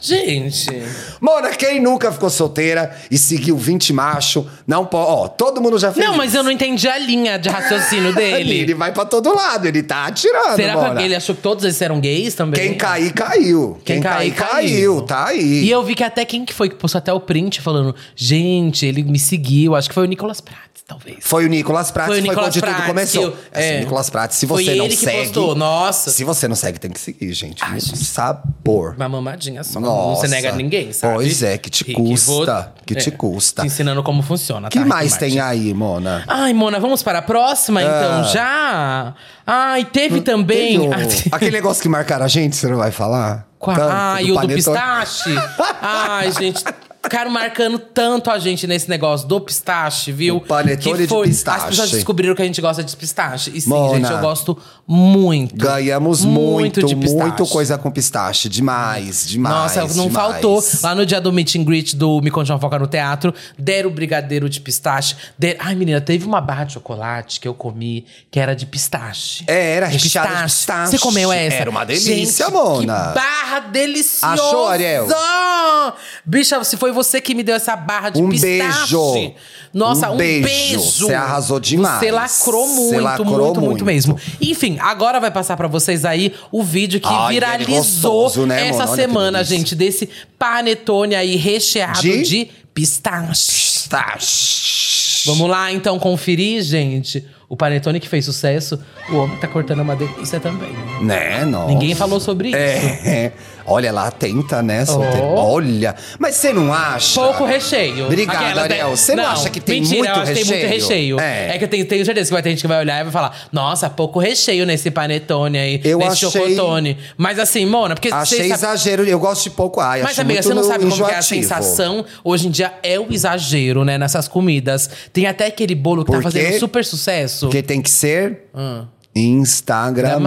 S3: Gente.
S4: Mona, quem nunca ficou solteira e seguiu 20 macho, não pode. Ó, todo mundo já fez.
S3: Não, mas eu não entendi a linha de raciocínio
S4: Ele
S3: dele.
S4: vai pra todo lado, ele É tá atirando.
S3: Será
S4: Mona.
S3: que é ele achou que todos eles eram gays também?
S4: Quem cair, caiu. Quem, cair, caiu. Tá aí.
S3: E eu vi que até quem que foi que postou até o print falando, gente, ele me seguiu. Acho que foi o Nicolas Prates, talvez.
S4: Foi o Nicolas Prats,
S3: Foi o
S4: foi,
S3: Nicolas
S4: onde tudo
S3: Prats
S4: começou.
S3: que eu-
S4: Esse
S3: é.
S4: Nicolas Prats, se
S3: Foi
S4: você não
S3: ele que
S4: segue.
S3: postou, nossa.
S4: Se você não segue, tem que seguir, gente. Um sabor.
S3: Uma mamadinha só. Não
S4: Nossa.
S3: se nega a ninguém, sabe?
S4: Pois é, que te
S3: Que-
S4: custa,
S3: vou-
S4: que te custa.
S3: Te ensinando como funciona,
S4: O que
S3: tá?
S4: mais
S3: Rick
S4: tem Ah.
S3: Martin?
S4: aí, Mona?
S3: Ai, Mona, vamos para a próxima, então, já? Ai, teve também...
S4: Tem Hum, o-
S3: Ah, tem-
S4: Aquele negócio que marcaram a gente, você não vai falar?
S3: Qua-
S4: Tanto,
S3: Ai, Ah, o do
S4: panetone.
S3: pistache. Ai, gente. Ficaram marcando tanto a gente nesse negócio do pistache, viu?
S4: O panetone de pistache.
S3: As pessoas descobriram que a gente gosta de pistache. E sim,
S4: Mona.
S3: gente, eu gosto muito.
S4: Ganhamos muito,
S3: de
S4: muito,
S3: pistache.
S4: coisa com pistache. Demais, demais.
S3: Nossa, não
S4: demais.
S3: faltou. Lá no dia do meet and greet do Me Conte uma Foca no Teatro, deram brigadeiro de pistache. der- Ai, menina, teve uma barra de chocolate que eu comi que era de pistache.
S4: É, era recheada de pistache.
S3: Você comeu essa?
S4: Era uma delícia,
S3: Gente,
S4: Mona.
S3: Que barra deliciosa!
S4: Achou, Ariel?
S3: Bicha, se foi você que me deu essa barra de
S4: Um
S3: pistache.
S4: beijo.
S3: Nossa,
S4: Um
S3: um,
S4: beijo.
S3: beijo.
S4: Você arrasou demais.
S3: Você lacrou
S4: Você
S3: muito,
S4: lacrou
S3: muito, muito,
S4: muito.
S3: mesmo. Enfim, agora vai passar pra vocês aí o vídeo que
S4: Ai,
S3: viralizou
S4: é gostoso, né, Mona?
S3: essa
S4: Olha que
S3: semana,
S4: delícia.
S3: gente desse panetone aí recheado
S4: De?
S3: de, pistache.
S4: Pistache.
S3: Vamos lá então conferir, gente. O panetone que fez sucesso, o homem tá cortando uma delícia também.
S4: Né, não.
S3: Ninguém falou sobre isso.
S4: É. Olha lá, atenta, né? solteira?
S3: Oh.
S4: Olha. Mas você não acha?
S3: Pouco recheio.
S4: Obrigado, Ariel.
S3: né?
S4: Você não acha que tem
S3: mentira,
S4: muito
S3: eu acho que tem muito
S4: recheio?
S3: recheio.
S4: É.
S3: É, que eu tenho, tenho certeza que vai ter gente que vai olhar e vai falar nossa, pouco recheio nesse panetone aí,
S4: Eu
S3: nesse
S4: achei-
S3: chocotone. Mas assim, Mona, porque
S4: Achei
S3: você sabe-
S4: exagero. Eu gosto de pouco. Ai,
S3: Mas,
S4: acho
S3: amiga,
S4: muito
S3: você não sabe como que é a
S4: É enjoativo.
S3: sensação. Hoje em dia é o exagero, né? Nessas comidas. Tem até aquele bolo que
S4: Por
S3: tá
S4: quê?
S3: fazendo super sucesso. Ah.
S4: Porque tem que ser Instagramável.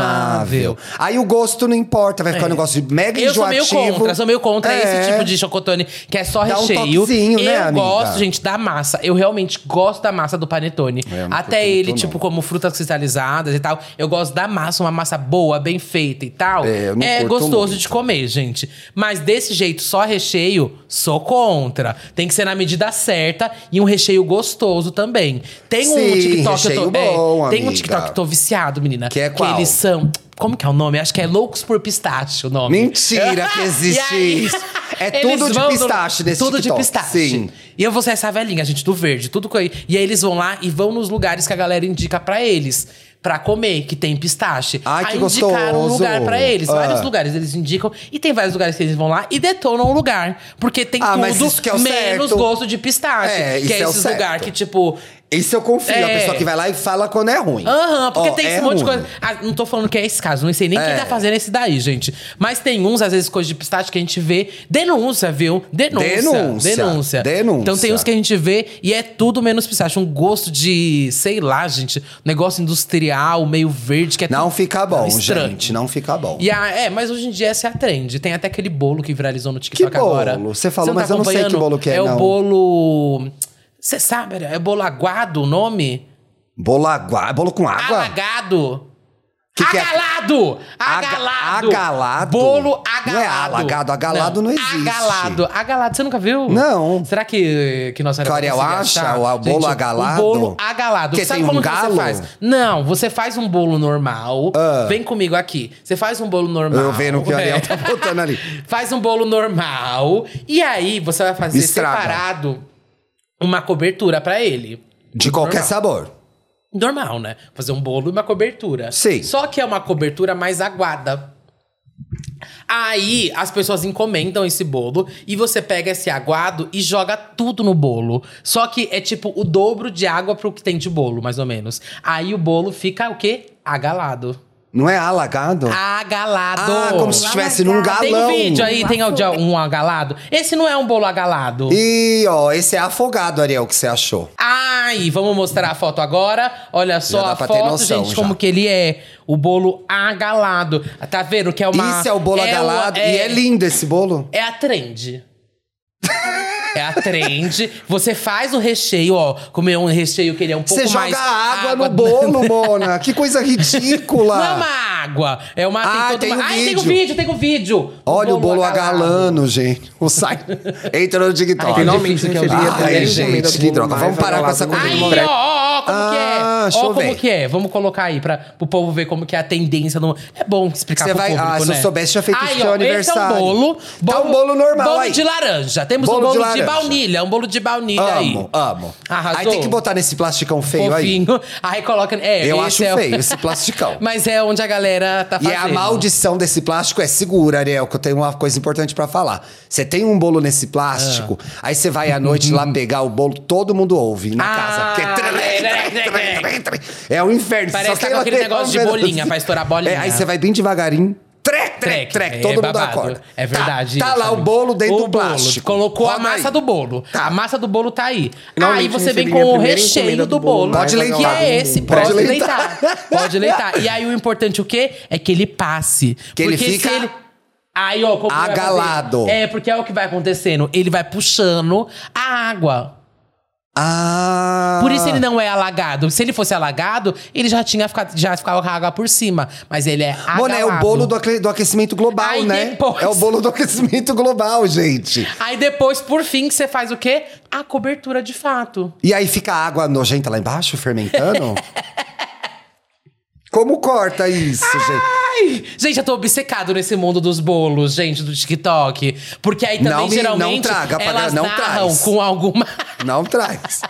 S3: Gramável.
S4: Aí o gosto não importa, vai ficar um negócio de mega
S3: É. Eu sou meio
S4: enjoativo.
S3: contra, sou meio contra
S4: É.
S3: esse tipo de chocotone que é só
S4: Dá um
S3: recheio.
S4: toquezinho,
S3: eu
S4: né, amiga?
S3: gosto, gente, da massa. Eu realmente gosto da massa do panetone.
S4: É, eu não curto
S3: Até ele,
S4: muito,
S3: tipo,
S4: não.
S3: como frutas cristalizadas e tal. Eu gosto da massa, uma massa boa, bem feita e tal.
S4: É, eu não curto
S3: gostoso
S4: muito.
S3: de comer, gente. Mas desse jeito, só recheio, sou contra. Tem que ser na medida certa e um recheio gostoso também. Tem
S4: Sim,
S3: um TikTok eu
S4: recheio
S3: tô,
S4: bom,
S3: tem um
S4: amiga.
S3: TikTok que eu tô viciado, menina.
S4: Que é qual?
S3: eles são como que é o nome? Acho que é Loucos por Pistache o nome.
S4: Mentira que existe
S3: E aí,
S4: isso. É
S3: eles
S4: tudo de
S3: vão no-
S4: pistache nesse
S3: Tudo
S4: TikTok,
S3: de pistache.
S4: sim.
S3: E eu vou ser essa velhinha, gente, do verde, tudo que eu- E aí eles vão lá e vão nos lugares que a galera indica pra eles. Pra comer, que tem pistache.
S4: Ai, que
S3: aí indicaram um
S4: gostoso.
S3: lugar pra eles.
S4: Ah.
S3: Vários lugares eles indicam. E tem vários lugares que eles vão lá e detonam o lugar. Porque tem
S4: Ah, mas
S3: tudo
S4: isso que é o
S3: menos
S4: certo.
S3: gosto de pistache.
S4: É, isso
S3: que é,
S4: é o
S3: esses
S4: certo.
S3: lugares que, tipo,
S4: Isso eu confio, a
S3: É.
S4: pessoa que vai lá e fala quando é ruim.
S3: Aham, porque
S4: Ó,
S3: tem esse
S4: é
S3: monte de
S4: ruim.
S3: coisa. Ah, não tô falando que é esse caso, não sei nem
S4: É.
S3: quem tá fazendo esse daí, gente. Mas tem uns, às vezes, coisas de pistache que a gente vê. Denúncia, viu? Denúncia.
S4: Denúncia,
S3: Denúncia.
S4: denúncia.
S3: Então tem uns que a gente vê e é tudo menos pistache. Um gosto de, sei lá, gente, um negócio industrial, meio verde, que é
S4: Não
S3: tudo
S4: fica bom,
S3: estranho.
S4: gente. Não fica bom.
S3: E a, é, mas hoje em dia essa é a trend. Tem até aquele bolo que viralizou no TikTok
S4: Que bolo?
S3: agora.
S4: Você falou,
S3: não tá
S4: mas eu não sei que
S3: acompanhando?
S4: bolo que é,
S3: É
S4: não.
S3: o bolo. Você sabe, é bolo aguado o nome?
S4: Bolo agua, bolo com água?
S3: Alagado.
S4: Que que é?
S3: agalado!
S4: Aga-
S3: Agalado!
S4: agalado?
S3: Bolo agalado.
S4: Não é alagado, agalado não existe.
S3: Agalado. Agalado, você nunca viu?
S4: Não.
S3: Será que, que nossa
S4: Que o Ariel
S3: consegue
S4: acha
S3: achar?
S4: o a- bolo agalado?
S3: O bolo agalado.
S4: Que
S3: Sabe
S4: tem um
S3: como
S4: galo? Ah.
S3: que você faz? Não, você faz um bolo normal. Vem comigo aqui. Você faz um bolo normal.
S4: Eu vendo que o Ariel
S3: É.
S4: tá botando ali.
S3: Faz um bolo normal. E aí, você vai fazer
S4: Estraga.
S3: separado uma cobertura pra ele.
S4: De qualquer
S3: Normal.
S4: sabor.
S3: Normal, né? Fazer um bolo e uma cobertura.
S4: Sim.
S3: Só que é uma cobertura mais aguada. Aí as pessoas encomendam esse bolo e você pega esse aguado e joga tudo no bolo. Só que é tipo o dobro de água pro que tem de bolo, mais ou menos. Aí o bolo fica o quê? Agalado.
S4: Não é alagado?
S3: Agalado.
S4: Ah, como se estivesse num
S5: Alagado.
S3: Tem um
S4: galão.
S3: vídeo aí, tem
S5: Bafo.
S3: de um agalado? Esse não é um bolo agalado.
S4: E, ó, esse é afogado, Ariel, que você achou.
S3: Ai, vamos mostrar a foto agora. Olha só
S4: Já dá
S3: a
S4: pra ter
S3: foto,
S4: noção,
S3: gente,
S4: já.
S3: como que ele é. O bolo agalado. Tá vendo que é uma...
S4: Isso é o bolo
S3: uma-
S4: agalado. E é lindo esse bolo.
S3: É a trend. É a trend. Você faz o recheio, ó. Comer um recheio que ele é um pouco
S4: Você joga
S3: mais...
S4: água, no bolo, Mona. Que coisa ridícula.
S3: Não é uma água. É uma...
S4: Ah,
S3: toda
S4: tem
S3: uma-
S4: um
S3: Ai, tem um
S4: vídeo.
S3: vídeo, tem um vídeo.
S4: Olha o bolo
S3: agalado.
S4: agalando, gente. O sai. Entra no TikTok.
S3: Ai,
S2: Finalmente
S3: Olha, difícil
S2: né? recebi
S3: que eu-
S2: a primeira
S4: Ai,
S2: encomenda
S4: gente,
S2: do
S4: que
S2: bolo
S4: droga. Vamos
S2: mais
S4: parar com essa
S2: abalado
S4: coisa
S2: do
S3: Aí,
S4: de
S2: mundo.
S3: ó, ó, ó,
S4: moleque.
S3: como que é.
S4: Ah, deixa
S3: Ó,
S4: eu
S3: como
S4: ver.
S3: que é. Vamos colocar aí pra, pro povo ver como que é a tendência. No... É bom explicar
S4: Você
S3: pro
S4: vai-
S3: público,
S4: ah,
S3: né?
S4: se eu soubesse, tinha feito isso
S3: Aí,
S4: pro
S3: ó,
S4: seu
S3: Esse é um
S4: aniversário.
S3: bolo.
S4: Tá um bolo normal
S3: Bolo
S4: aí.
S3: de laranja. Temos
S4: Bolo
S3: um
S4: de
S3: bolo de,
S4: laranja.
S3: baunilha. Um bolo de baunilha aí.
S4: Amo, amo.
S3: Arrasou.
S4: Aí tem que botar nesse plasticão feio aí.
S3: Fofinho. Aí, coloca... É,
S4: Eu
S3: esse
S4: acho
S3: é o-
S4: feio, esse plasticão.
S3: Mas é onde a galera tá
S4: E é
S3: fazendo.
S4: a maldição desse plástico é segura, Ariel, que eu tenho uma coisa importante pra falar. Você tem um bolo nesse plástico, aí você vai à noite lá pegar o bolo, todo mundo ouve na
S3: Ah,
S4: casa. é Porque... É um inferno.
S3: Parece
S4: só
S3: que tá
S4: quem
S3: com
S4: lá
S3: aquele
S4: tem-
S3: negócio de bolinha, pra estourar bolinha.
S4: É, aí você vai bem devagarinho. Trec, trec,
S3: Trec,
S4: trec.
S3: é
S4: Todo mundo
S3: babado.
S4: acorda.
S3: É verdade.
S4: Tá, tá
S3: isso,
S4: lá o
S3: amigo.
S4: bolo dentro
S3: O
S4: do plástico.
S3: Colocou a
S4: Roda
S3: massa
S4: aí.
S3: do bolo.
S4: Tá.
S3: A massa do bolo tá aí. aí
S2: Finalmente
S3: você vem
S2: recebi
S3: com
S2: minha
S3: o
S2: primeira
S3: recheio
S2: encomenda
S3: do
S2: do
S3: bolo.
S2: bolo.
S4: Pode
S3: Que
S4: leitar.
S3: é esse.
S4: Pode
S3: Pode,
S4: leitar.
S3: leitar. Pode leitar. E aí o importante o quê? É que ele passe.
S4: Que ele
S3: se
S4: fica
S3: Aí, ó, como que vai fazer?
S4: agalado.
S3: É, porque é o que vai acontecendo. Ele vai puxando a água.
S4: Ah.
S3: Por isso ele não é alagado. Se ele fosse alagado, ele já tinha ficado, já ficava com a água por cima. Mas ele é agalado.
S4: Mano, é o bolo do, aque- do aquecimento global,
S3: Aí
S4: né?
S3: depois-
S4: É o bolo do aquecimento global, gente.
S3: Aí depois, por fim, que você faz o quê? A cobertura de fato.
S4: E aí fica a água nojenta lá embaixo, fermentando? Como corta isso, gente?
S3: Ai! Gente, eu tô obcecado nesse mundo dos bolos, gente, do TikTok. Porque aí também,
S4: Não me- não
S3: geralmente,
S4: traga pra
S3: elas
S4: galera, não
S3: narram
S4: traz.
S3: com alguma...
S4: Não traz.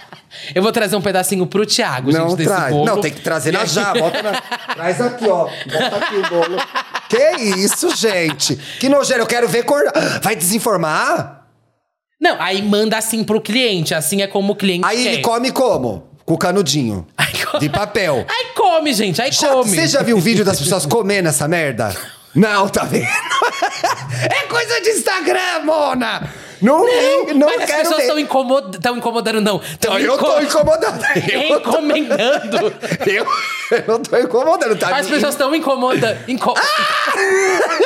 S3: Eu vou trazer um pedacinho pro Thiago,
S4: não
S3: gente, desse
S4: traz.
S3: bolo.
S4: Não, tem que trazer na
S3: E
S4: já.
S3: aí-
S4: Bota na... Traz aqui, ó. Bota aqui o bolo. Que isso, gente? Que nojeira, eu quero ver cor. Vai desinformar?
S3: Não, aí manda assim pro cliente. Assim é como o cliente
S4: Aí
S3: quer.
S4: ele come como? Com canudinho.
S3: Aí co-
S4: De papel.
S3: Aí come, gente, aí
S4: Já-
S3: come.
S4: Você já viu o vídeo das pessoas comendo essa merda? Não, tá vendo? é coisa de Instagram, Mona! Não, não, não
S3: Mas as
S4: quero
S3: pessoas
S4: ver.
S3: estão incomod... tão incomodando, não. Tão
S4: Eu tô
S3: inco-
S4: incomodando. Eu tô-
S3: Encomendando.
S4: Eu, eu não tô incomodando, tá?
S3: As pessoas estão incomodando.
S4: Ah!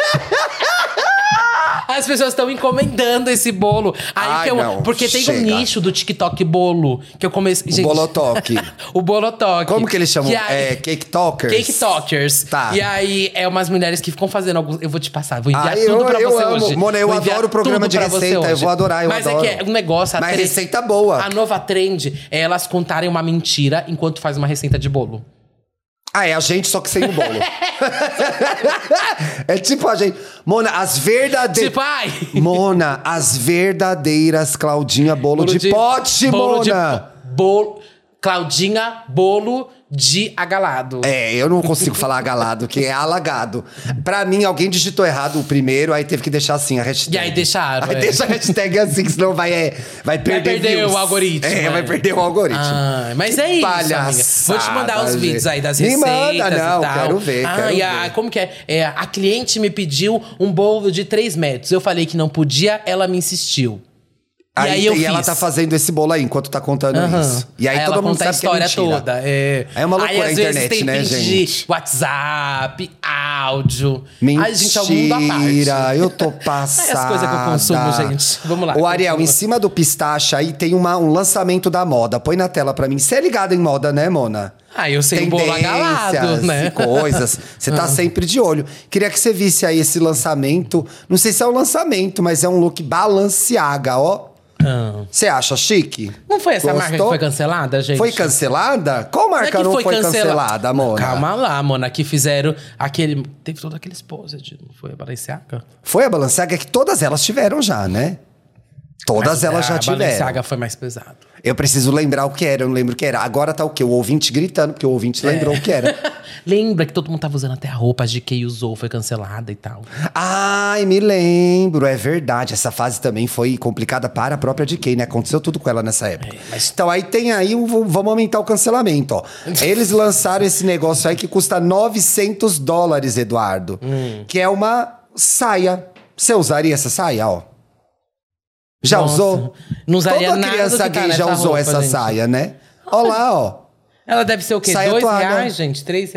S3: As pessoas estão encomendando esse bolo. Aí
S4: Ai,
S3: que eu-
S4: não,
S3: porque tem um
S4: chega.
S3: nicho do TikTok bolo que eu comecei.
S4: O Bolotoque.
S3: o bolotoque.
S4: Como que eles chamam?
S3: E aí-
S4: É, cake talkers?
S3: Cake Talkers.
S4: Tá.
S3: E aí, é umas mulheres que ficam fazendo alguns. Eu vou te passar, vou enviar
S4: Ah, eu-
S3: tudo pra
S4: eu
S3: você
S4: amo.
S3: hoje.
S4: Mona, eu
S3: Vou enviar
S4: adoro o programa
S3: tudo
S4: de
S3: pra você
S4: receita, eu
S3: hoje.
S4: vou adorar, eu
S3: Mas
S4: adoro.
S3: é que é um negócio. a
S4: Mas
S3: tre-
S4: receita boa.
S3: A nova trend é elas contarem uma mentira enquanto faz uma receita de bolo.
S4: Ah, é a gente, só que sem o bolo. é tipo a gente. Mona, as verdadeiras.
S3: Tipo, ai.
S4: Mona, as verdadeiras Claudinha Bolo, de, Pote,
S3: bolo de
S4: Mona!
S3: po- bolo, Claudinha, bolo de agalado.
S4: É, eu não consigo falar galado, que é alagado. Pra mim, alguém digitou errado o primeiro, aí teve que deixar assim a hashtag.
S3: E aí deixaram,
S4: Aí
S3: é.
S4: deixa a hashtag assim, que senão vai, é, vai perder
S3: perder
S4: views.
S3: o algoritmo,
S4: É,
S3: é.
S4: vai perder o algoritmo.
S3: Ah, mas é
S4: Que
S3: isso, amiga. Vou
S4: palhaçada,
S3: te mandar os
S4: gente.
S3: vídeos aí das
S4: Me
S3: receitas
S4: manda, não,
S3: e tal.
S4: quero ver,
S3: Ah,
S4: quero
S3: e a,
S4: ver.
S3: como que é? É, A cliente me pediu um bolo de 3 metros. Eu falei que não podia, ela me insistiu.
S4: Aí,
S3: e aí eu fiz.
S4: ela tá fazendo esse bolo aí, enquanto tá contando
S3: Aham.
S4: isso. E aí,
S3: ela
S4: todo mundo
S3: conta a
S4: sabe que é
S3: história
S4: mentira.
S3: toda. É,
S4: É uma loucura
S3: aí, às
S4: a
S3: vezes,
S4: internet,
S3: tem
S4: né,
S3: pins
S4: gente?
S3: De WhatsApp, áudio.
S4: Mentira,
S3: Ai, gente, é o mundo à parte.
S4: eu tô
S3: Ai,
S4: passada.
S3: as coisas que eu consumo, gente. Vamos lá.
S4: O Ariel, em
S3: continua.
S4: cima do pistache aí tem uma- um lançamento da moda. Põe na tela pra mim. Você é ligado em moda, né, Mona?
S3: Ah, eu sei o bolo agalado, né? Ah.
S4: e coisas. Você tá sempre de olho. Queria que você visse aí esse lançamento. Não sei se é um lançamento, mas é um look balanceaga, ó.
S3: Ah.
S4: Você acha chique?
S3: Não foi essa marca que
S4: Gostou?
S3: foi cancelada, gente?
S4: Foi cancelada? Qual
S3: Não é
S4: marca
S3: que
S4: não
S3: foi
S4: foi,
S3: cancela-
S4: cancelada, Mona?
S3: Calma lá, Mona, que fizeram aquele. Teve todo aquele esposa, não foi? Balenciaga?
S4: Foi a Balenciaga que todas elas tiveram já, né? Todas elas já
S3: É, A Balenciaga
S4: tiveram.
S3: foi mais pesado.
S4: Eu preciso lembrar o que era, eu não lembro o que era. Agora tá o quê? O ouvinte gritando, porque o
S3: É.
S4: ouvinte lembrou o que era.
S3: Lembra que todo mundo tava usando até a roupa de quem usou, foi cancelada e tal.
S4: Ai, me lembro, é verdade. Essa fase também foi complicada para a própria DK, né? Aconteceu tudo com ela nessa
S3: É,
S4: época. Então aí tem aí, um- vamos aumentar o cancelamento, ó. Eles lançaram esse negócio aí que custa 900 dólares, Eduardo.
S3: Hum.
S4: Que é uma saia. Você usaria essa saia, ó? Já
S3: Nossa,
S4: usou?
S3: não usaria
S4: Toda
S3: nada
S4: criança
S3: do que tá
S4: gay já
S3: nessa
S4: usou
S3: roupa,
S4: essa
S3: gente.
S4: saia, né? Olha lá, ó.
S3: Ela deve ser o quê?
S4: Saia
S3: Dois
S4: toalha.
S3: reais, gente? Três?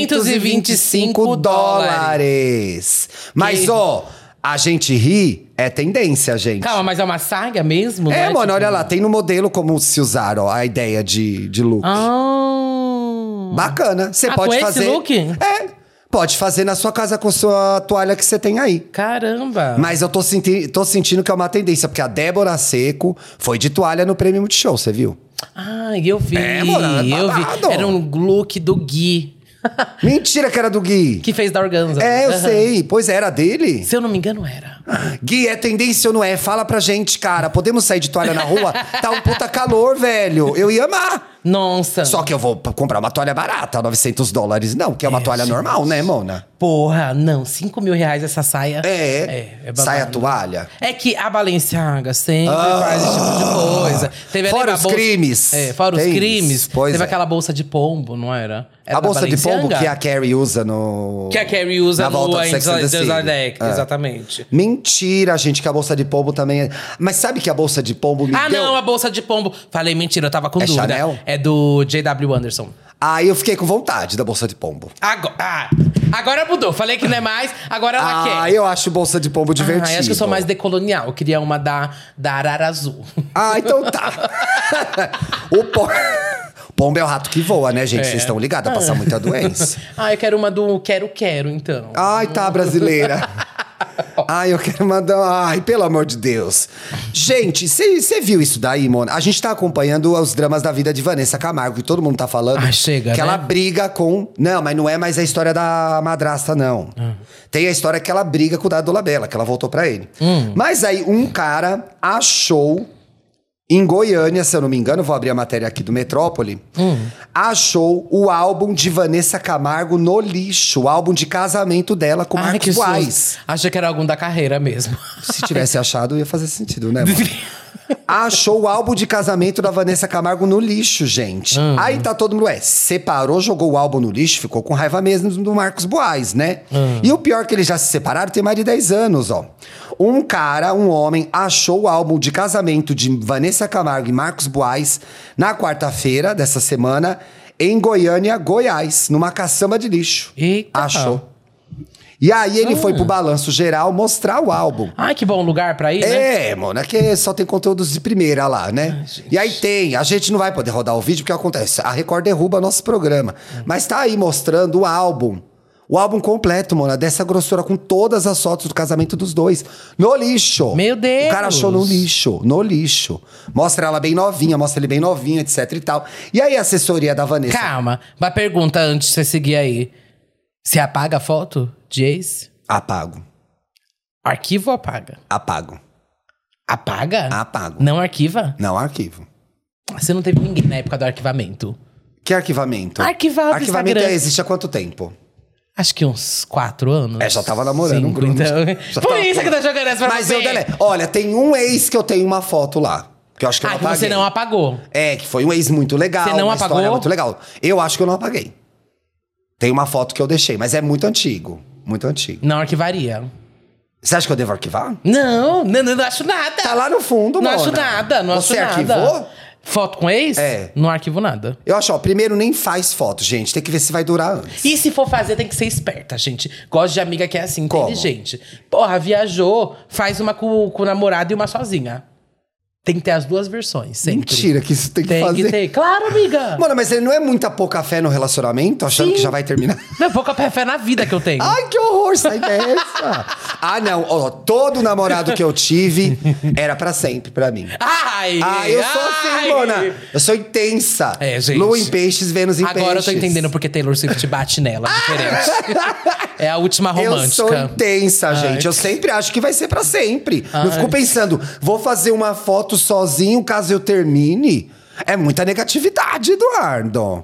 S3: 925 dólares.
S4: dólares. Mas,
S3: Que-
S4: ó, a gente ri é tendência, gente.
S3: Calma, mas é uma saga mesmo?
S4: É,
S3: né?
S4: mano,
S3: Tipo-
S4: olha lá, tem no modelo como se usar, ó, a ideia de, de look.
S3: Ah.
S4: Bacana. Você
S3: Ah,
S4: pode
S3: com esse
S4: fazer.
S3: look?
S4: É. Pode fazer na sua casa com sua toalha que você tem aí.
S3: Caramba.
S4: Mas eu tô, senti tô sentindo que é uma tendência, porque a Débora Seco foi de toalha no prêmio Multishow, você viu?
S3: Ah, eu vi.
S4: É, mano, é
S3: eu
S4: babado.
S3: vi. Era um look do Gui,
S4: Mentira que era do Gui.
S3: que fez da Organza.
S4: É, eu
S3: Aham.
S4: sei. Pois é, era dele.
S3: Se eu não me engano, era.
S4: Gui, é tendência ou não é? Fala pra gente, cara. Podemos sair de toalha na rua? Tá um puta calor, velho. Eu ia amar.
S3: Nossa.
S4: Só que eu vou p- comprar uma toalha barata, 900 dólares. Não, que é uma toalha normal, né, Mona?
S3: Porra, não. 5 mil reais essa saia.
S4: É.
S3: É, é babado.
S4: Sai a toalha.
S3: É que a Balenciaga sempre faz esse tipo de coisa. Teve
S4: Ah. Fora
S3: lembra a
S4: os crimes.
S3: É, fora os
S4: Tem
S3: crimes.
S4: isso, pois
S3: teve
S4: é.
S3: aquela bolsa de pombo, não era? Era da
S4: a bolsa de pombo
S3: Balenciaga?
S4: que a Carrie usa no.
S3: Que a Carrie usa
S4: na
S3: no
S4: volta do
S3: Angels
S4: Sex and the City. É.
S3: Exatamente.
S4: Mentira, gente, que a bolsa de pombo também é. Mas sabe que a bolsa de pombo me
S3: Ah,
S4: deu.
S3: não, a bolsa de pombo. Falei mentira, eu tava com
S4: Então- É
S3: dúvida.
S4: Chanel?
S3: É do J.W. Anderson.
S4: Aí eu fiquei com vontade da bolsa de pombo.
S3: Agora, ah, agora mudou. Falei que não é mais, agora ela
S4: Ah,
S3: quer.
S4: eu acho bolsa de pombo divertida.
S3: Ah, acho que eu sou mais decolonial. Eu queria uma da, da Arara Azul.
S4: Ah, então tá. o pom... pombo é o rato que voa, né, gente? Vocês
S3: É.
S4: estão ligados a passar muita doença.
S3: Ah, eu quero uma do Quero Quero, então.
S4: Ai, tá, brasileira. Ai, eu quero mandar. um- Ai, pelo amor de Deus. Gente, você viu isso daí, Mona? A gente tá acompanhando os dramas da vida de Vanessa Camargo, que todo mundo tá falando.
S3: Ai, chega,
S4: Que
S3: né?
S4: ela briga com. Não, mas não é mais a história da madrasta, não.
S3: Ah.
S4: Tem a história que ela briga com o Dado Labella, que ela voltou pra ele.
S3: Hum.
S4: Mas aí, um cara achou. Em Goiânia, se eu não me engano, vou abrir a matéria aqui do Metrópole. Achou o álbum de Vanessa Camargo no lixo, o álbum de casamento dela com
S3: Ai,
S4: Marcos
S3: susto.
S4: Guais.
S3: Achei que era algum da carreira mesmo.
S4: Se tivesse achado, ia fazer sentido, né? mano? Achou o álbum de casamento da Vanessa Camargo no lixo, gente. Aí tá todo mundo, ué, separou, jogou o álbum no lixo, ficou com raiva mesmo do Marcos Boaz, né? E o pior é que eles já se separaram, tem mais de 10 anos, ó. Um cara, um homem, achou o álbum de casamento de Vanessa Camargo e Marcos Boaz na quarta-feira dessa semana em Goiânia, Goiás, numa caçamba de lixo.
S3: Eita.
S4: Achou. E aí ele foi pro balanço geral mostrar o álbum.
S3: Ai, que bom lugar pra ir, né?
S4: É, mano, é que só tem conteúdos de primeira lá, né? e aí tem, a gente não vai poder rodar o vídeo porque acontece, a Record derruba nosso programa.
S3: É.
S4: Mas tá aí mostrando o álbum. O álbum completo, mano, dessa grossura com todas as fotos do casamento dos dois. No lixo.
S3: Meu Deus!
S4: O cara achou no lixo, no lixo. Mostra ela bem novinha, mostra ele bem novinho, etc e tal. E aí a assessoria da Vanessa.
S3: Calma, uma pergunta antes de você seguir aí. Você apaga a foto de ex?
S4: Apago,
S3: Arquivo ou apaga?
S4: apago,
S3: Apaga?
S4: apago.
S3: Não arquiva?
S4: Não, arquivo.
S3: Você não teve ninguém na época do arquivamento.
S4: Que arquivamento?
S3: Arquivado no
S4: Então, Arquivamento
S3: Instagram.
S4: é- existe há quanto tempo?
S3: Acho que uns quatro anos.
S4: É, já tava namorando um
S3: Cinco,
S4: grupo.
S3: então.
S4: Já
S3: Por
S4: tava-
S3: isso que eu tô jogando essa pra
S4: Mas
S3: você.
S4: eu deleto. Olha, tem um ex que eu tenho uma foto lá. Que eu acho que eu
S3: Ah,
S4: não
S3: que
S4: apaguei.
S3: você não apagou.
S4: É, que foi um ex muito legal.
S3: Você não
S4: uma
S3: apagou?
S4: história muito legal. Eu acho que eu não apaguei. Tem uma foto que eu deixei, mas é muito antigo. Muito antigo.
S3: Não arquivaria.
S4: Você acha que eu devo arquivar?
S3: Não, não, não, não acho nada.
S4: Tá lá no fundo,
S3: Não
S4: Mona.
S3: acho nada, não
S4: Você
S3: acho nada.
S4: arquivou?
S3: Foto com ex?
S4: É.
S3: Não arquivo nada.
S4: Eu acho, ó, primeiro nem faz foto, gente. Tem que ver se vai durar antes.
S3: E se for fazer, tem que ser esperta, gente. Gosto de amiga que é assim,
S4: Como?
S3: inteligente. Porra, viajou, faz uma com, com o namorado e uma sozinha. Tem que ter as duas versões, sempre.
S4: Mentira que isso tem que
S3: Tem
S4: fazer.
S3: que ter. Claro, amiga!
S4: Mano, mas ele não é muita pouca fé no relacionamento, achando
S3: Sim.
S4: que já vai terminar.
S3: Não é pouca fé na vida que eu tenho.
S4: Ai, que horror, sai
S3: é
S4: dessa. ah, não. Ó, todo namorado que eu tive era pra sempre, pra mim.
S3: Ai!
S4: Ah, eu sou
S3: ai.
S4: assim, Mona. Eu sou intensa.
S3: É, gente.
S4: Lua em peixes, Vênus em peixes.
S3: Agora eu tô entendendo porque Taylor Swift bate nela, diferente. é a última romântica.
S4: Ah! Eu sou intensa, gente. Eu sempre acho que vai ser pra sempre. Eu fico pensando, vou fazer uma foto sozinho caso eu termine. É muita negatividade, Eduardo.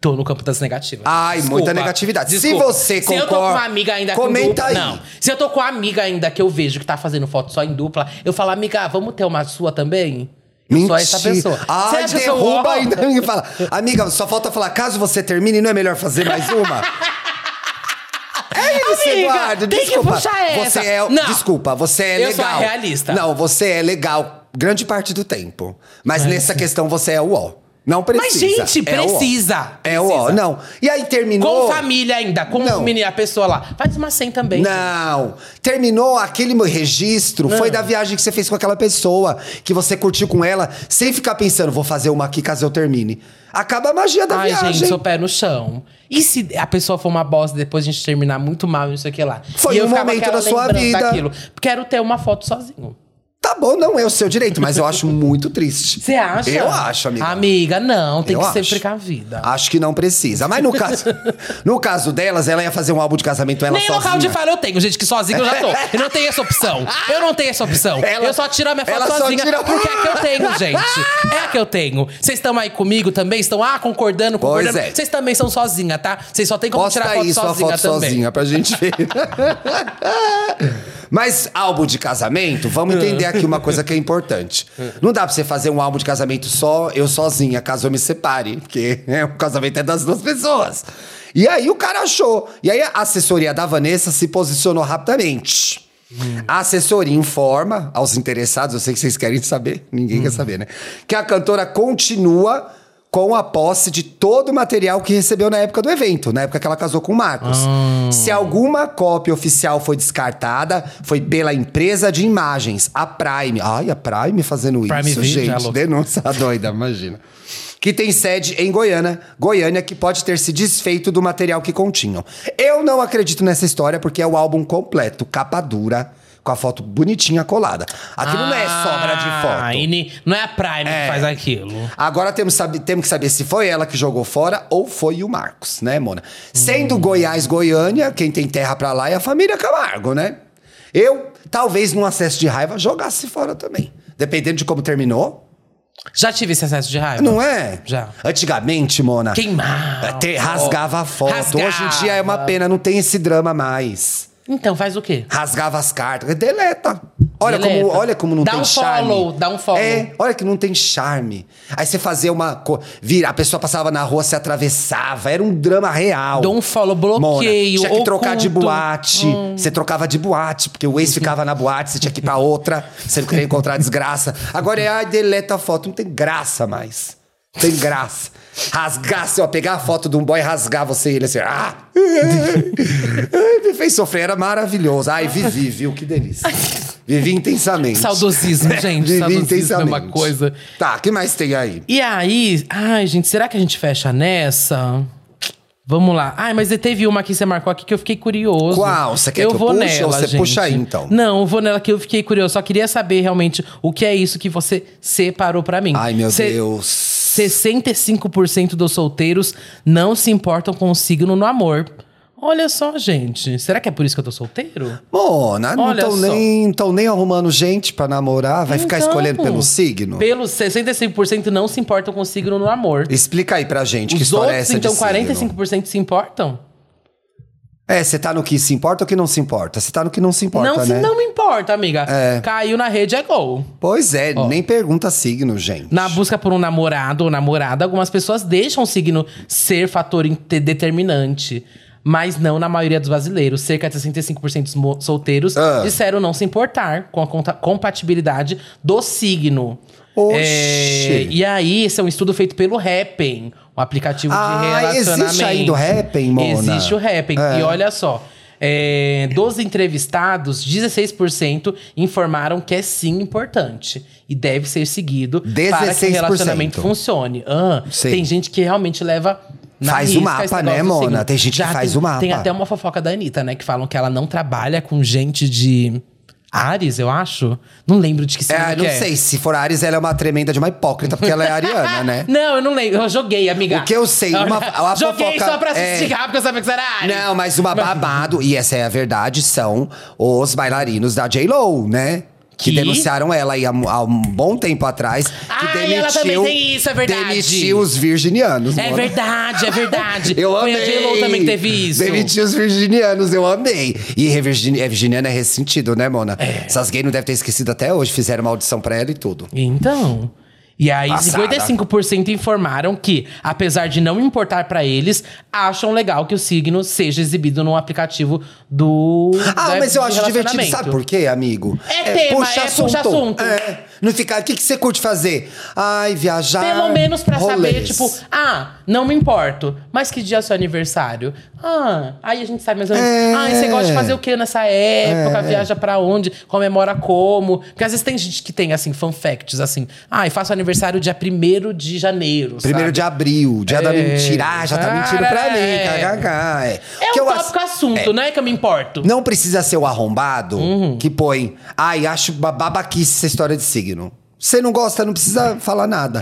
S3: Tô no campo das negativas.
S4: Ai, muita negatividade. Se você
S3: Se eu tô com
S4: concorda-
S3: uma amiga ainda com
S4: comenta
S3: dupla,
S4: aí.
S3: Não. Se eu tô com uma amiga ainda que eu vejo que tá fazendo foto só em dupla, eu falo, amiga, vamos ter uma sua também? Eu sou
S4: Mentira.
S3: essa pessoa.
S4: Ai,
S3: Você acha que eu sou
S4: derruba
S3: horror?
S4: ainda e fala. Amiga, só falta falar, caso você termine, não é melhor fazer mais uma? É isso,
S3: Amiga,
S4: Eduardo.
S3: tem que
S4: Desculpa.
S3: puxar essa.
S4: Você é,
S3: Não.
S4: Desculpa, você é
S3: Eu sou
S4: legal.
S3: a realista.
S4: Não, você é legal grande parte do tempo. Mas nessa questão você é o ó. Não precisa.
S3: Mas, gente,
S4: É o ó.
S3: precisa.
S4: É o ó,
S3: Precisa.
S4: não. E aí terminou.
S3: Com família ainda, com
S4: Não.
S3: o menino, a pessoa lá. Faz uma 100 também.
S4: Não. Terminou aquele meu registro,
S3: Ah.
S4: foi da viagem que você fez com aquela pessoa, que você curtiu com ela, sem ficar pensando, vou fazer uma aqui caso eu termine. Acaba a magia da
S3: Ai,
S4: viagem.
S3: gente, sou pé no chão. E se a pessoa for uma bosta e depois a gente terminar muito mal e não sei o que lá?
S4: Foi
S3: e eu
S4: um
S3: ficava
S4: momento
S3: aquela
S4: da sua
S3: lembrando
S4: vida.
S3: Daquilo. Quero ter uma foto sozinho.
S4: Tá bom, não é o seu direito, mas eu acho muito triste.
S3: Você acha?
S4: Eu acho, amiga.
S3: Amiga, não. Tem
S4: Eu
S3: que
S4: acho. Ah,
S3: sempre com a vida.
S4: Acho que não precisa. Mas no caso, no caso delas, ela ia fazer um álbum de casamento ela
S3: Nem
S4: sozinha.
S3: local de fala eu tenho, gente, que sozinho eu já tô. Eu não tenho essa opção. Eu não tenho essa opção.
S4: Ela-
S3: eu só tiro a minha
S4: ela
S3: foto
S4: só
S3: sozinha
S4: tira-
S3: porque é a que eu tenho, gente. É a que eu tenho. Vocês estão aí comigo também? Estão, ah, concordando,
S4: Pois
S3: concordando.
S4: é.
S3: Vocês também são sozinha, tá? Vocês só tem como
S4: Posta
S3: tirar foto
S4: aí sua
S3: sozinha
S4: foto
S3: também.
S4: sozinha pra gente ver. Mas álbum de casamento, vamos entender aqui uma coisa que é importante. Não dá pra você fazer um álbum de casamento só eu sozinha, caso eu me separe, porque né, o casamento é das duas pessoas. E aí o cara achou. E aí a assessoria da Vanessa se posicionou rapidamente. A assessoria informa aos interessados, eu sei que vocês querem saber, ninguém
S3: Hum.
S4: quer saber, né? Que a cantora continua com a posse de todo o material que recebeu na época do evento, na época que ela casou com o Marcos.
S3: Ah.
S4: Se alguma cópia oficial foi descartada, foi pela empresa de imagens, a Prime. Ai, a Prime fazendo
S3: Prime
S4: isso,
S3: Video, é
S4: gente.
S3: louco.
S4: Denúncia doida, imagina. Que tem sede em Goiânia, Goiânia, que pode ter se desfeito do material que continham. Eu não acredito nessa história, porque é o álbum completo, capa dura, com a foto bonitinha colada. Aquilo não é sobra de foto.
S3: Ah, e ni- Ah, não é a Prime
S4: É.
S3: que faz aquilo.
S4: Agora temos, sabe- temos que saber se foi ela que jogou fora ou foi o Marcos, né, Mona? Sendo
S3: Hum.
S4: Goiás, Goiânia, quem tem terra pra lá é a família Camargo, né? Eu, talvez num acesso de raiva, jogasse fora também. Dependendo de como terminou,
S3: Já tive esse acesso de raiva?
S4: não é?
S3: Já.
S4: Antigamente, Mona. eh,
S3: Queimava.
S4: te- rasgava a foto. Hoje em dia é uma
S3: Rasgava.
S4: pena, não tem esse drama mais.
S3: Então faz o quê?
S4: Rasgava as cartas. Deleta. Olha,
S3: Deleta.
S4: Como, olha como não
S3: Dá
S4: tem
S3: um
S4: charme.
S3: follow, dá um follow.
S4: É, olha que não tem charme. Aí você fazia uma. Co... Vira, a pessoa passava na rua, se atravessava. Era um drama real.
S3: Dou um follow,
S4: Mona,
S3: bloqueio,
S4: tinha que trocar de
S3: oculto. Hum.
S4: boate. Você trocava de boate, porque o ex ficava na boate, você tinha que ir pra outra. Você não queria encontrar desgraça. Agora é, ai, deleta a foto. Não tem graça mais. Não Tem graça. Rasgar, assim, ó, pegar a foto de um boy e rasgar você e ele assim, ah! Ai, me fez sofrer, era maravilhoso. Ai, vivi, viu? Que delícia. Vivi intensamente.
S3: Saudosismo, gente.
S4: Vivi
S3: Saudosismo é
S4: intensamente.
S3: uma coisa.
S4: Tá, o que mais tem aí?
S3: E aí, ai, gente, será que a gente fecha nessa? Vamos lá. Ai, mas teve uma que você marcou aqui que eu fiquei curioso.
S4: Qual? Você quer
S3: eu
S4: que eu
S3: vou
S4: puxe
S3: nela,
S4: ou você
S3: gente.
S4: puxa aí, então?
S3: Não, eu vou nela que eu fiquei curioso. Só queria saber realmente o que é isso que você separou pra mim.
S4: Ai, meu
S3: Cê-
S4: Deus.
S3: 65% dos solteiros não se importam com o signo no amor. Olha só, gente. Será que é por isso que eu tô solteiro?
S4: Mona, não
S3: Olha
S4: estão
S3: só.
S4: nem, tão nem arrumando gente pra namorar, vai ficar
S3: Então,
S4: escolhendo pelo signo?
S3: Pelos 65% não se importam com o signo no amor.
S4: Explica aí pra gente que
S3: Os
S4: história é
S3: outros,
S4: essa de
S3: então,
S4: signo.
S3: 45% se importam?
S4: É, você tá no que se importa ou que não se importa? Você tá no que não se importa,
S3: não, se-
S4: né?
S3: não me importa, amiga. Caiu na rede, é gol.
S4: Pois é, nem pergunta signo, gente.
S3: Na busca por um namorado ou namorada, algumas pessoas deixam o signo ser fator in- te- determinante. Mas não na maioria dos brasileiros. Cerca de 65% dos mo- solteiros
S4: Ah.
S3: disseram não se importar com a conta- compatibilidade do signo.
S4: Oxi.
S3: e aí, esse é um estudo feito pelo Happn, um aplicativo
S4: Ah,
S3: de relacionamento.
S4: existe ainda o Happn, Mona?
S3: Existe o Happn. E olha só, É, dos entrevistados, 16% informaram que é sim importante e deve ser seguido para que o
S4: 16%.
S3: relacionamento funcione. Ah,
S4: Sim.
S3: tem gente que realmente leva. na
S4: Faz o
S3: risca
S4: mapa,
S3: esse negócio
S4: né,
S3: do signo.
S4: Mona? Tem gente que faz
S3: tem,
S4: o mapa.
S3: Tem até uma fofoca da Anitta, né? Que falam que ela não trabalha com gente de Ares, eu acho. Não lembro de que signo
S4: É,
S3: que
S4: não
S3: é.
S4: sei, se for Ares, ela é uma tremenda de uma hipócrita, porque ela é ariana, né?
S3: Não, eu não lembro. Eu joguei, amiga.
S4: O que eu sei, uma- uma
S3: Joguei
S4: fofoca-
S3: só pra se
S4: é.
S3: esticar, porque eu sabia que você era Ares.
S4: Não, mas uma babado, e essa é a verdade, são os bailarinos da J-Lo, né? Que,
S3: Que?
S4: denunciaram ela aí há, mu- há um bom tempo atrás. Que
S3: Ah, e
S4: demitiu,
S3: ela também tem isso, é verdade.
S4: Demitiu os virginianos.
S3: É
S4: mano.
S3: verdade, é verdade.
S4: Eu
S3: Foi
S4: amei.
S3: a J-Lo também que teve isso.
S4: Demitiu os virginianos, eu amei. E re- virgini- é, virginiana é ressentido, né, Mona?
S3: É.
S4: Essas gays não devem ter esquecido até hoje, fizeram uma audição pra ela e tudo.
S3: Então. E aí,
S4: Passada.
S3: 55% informaram que, apesar de não importar pra eles, acham legal que o signo seja exibido num aplicativo do.
S4: Ah,
S3: da-
S4: mas eu
S3: do
S4: acho divertido. Sabe
S3: relacionamento.
S4: por quê, amigo?
S3: É tema, é puxa assunto.
S4: É. Não ficar. O que, que você curte fazer? Ai, viajar.
S3: Pelo menos pra saber,
S4: Ah, rolês.
S3: tipo, ah, não me importo, mas que dia é seu aniversário? Ah, aí a gente sabe mais ou menos.
S4: É.
S3: Ah, e você gosta de fazer o que nessa época? Viaja pra onde? Comemora como? Porque às vezes tem gente que tem, assim, fan facts, assim. Ah, e faço aniversário dia 1 de janeiro.
S4: Primeiro
S3: sabe?
S4: de abril, dia da
S3: É.
S4: mentira. Ah, já tá mentindo pra
S3: Ah,
S4: mim.
S3: é.
S4: KKK. É,
S3: É
S4: Que
S3: um
S4: eu acho-
S3: tópico assunto, não é que eu me importo.
S4: Não precisa ser o arrombado
S3: Uhum.
S4: que põe. Ai, acho ba- babaquice essa história de signo. Você não gosta, não precisa falar nada.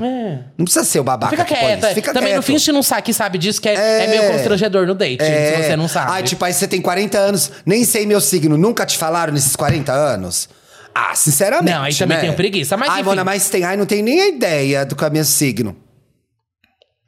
S4: Não precisa ser o babaca
S3: É. Fica
S4: que
S3: quieto.
S4: põe.
S3: é.
S4: isso. Fica
S3: Também
S4: quieto.
S3: não finge que não sabe que sabe disso, que é,
S4: É.
S3: é meio constrangedor no date, se você não sabe.
S4: Ah, tipo, aí você tem 40 anos, nem sei meu signo, nunca te falaram nesses 40 anos? Ah, sinceramente.
S3: Não, aí também
S4: né?
S3: tenho preguiça, mas
S4: Ai,
S3: enfim.
S4: Mona, mas tem. Ai, não tem nem a ideia do que é meu signo.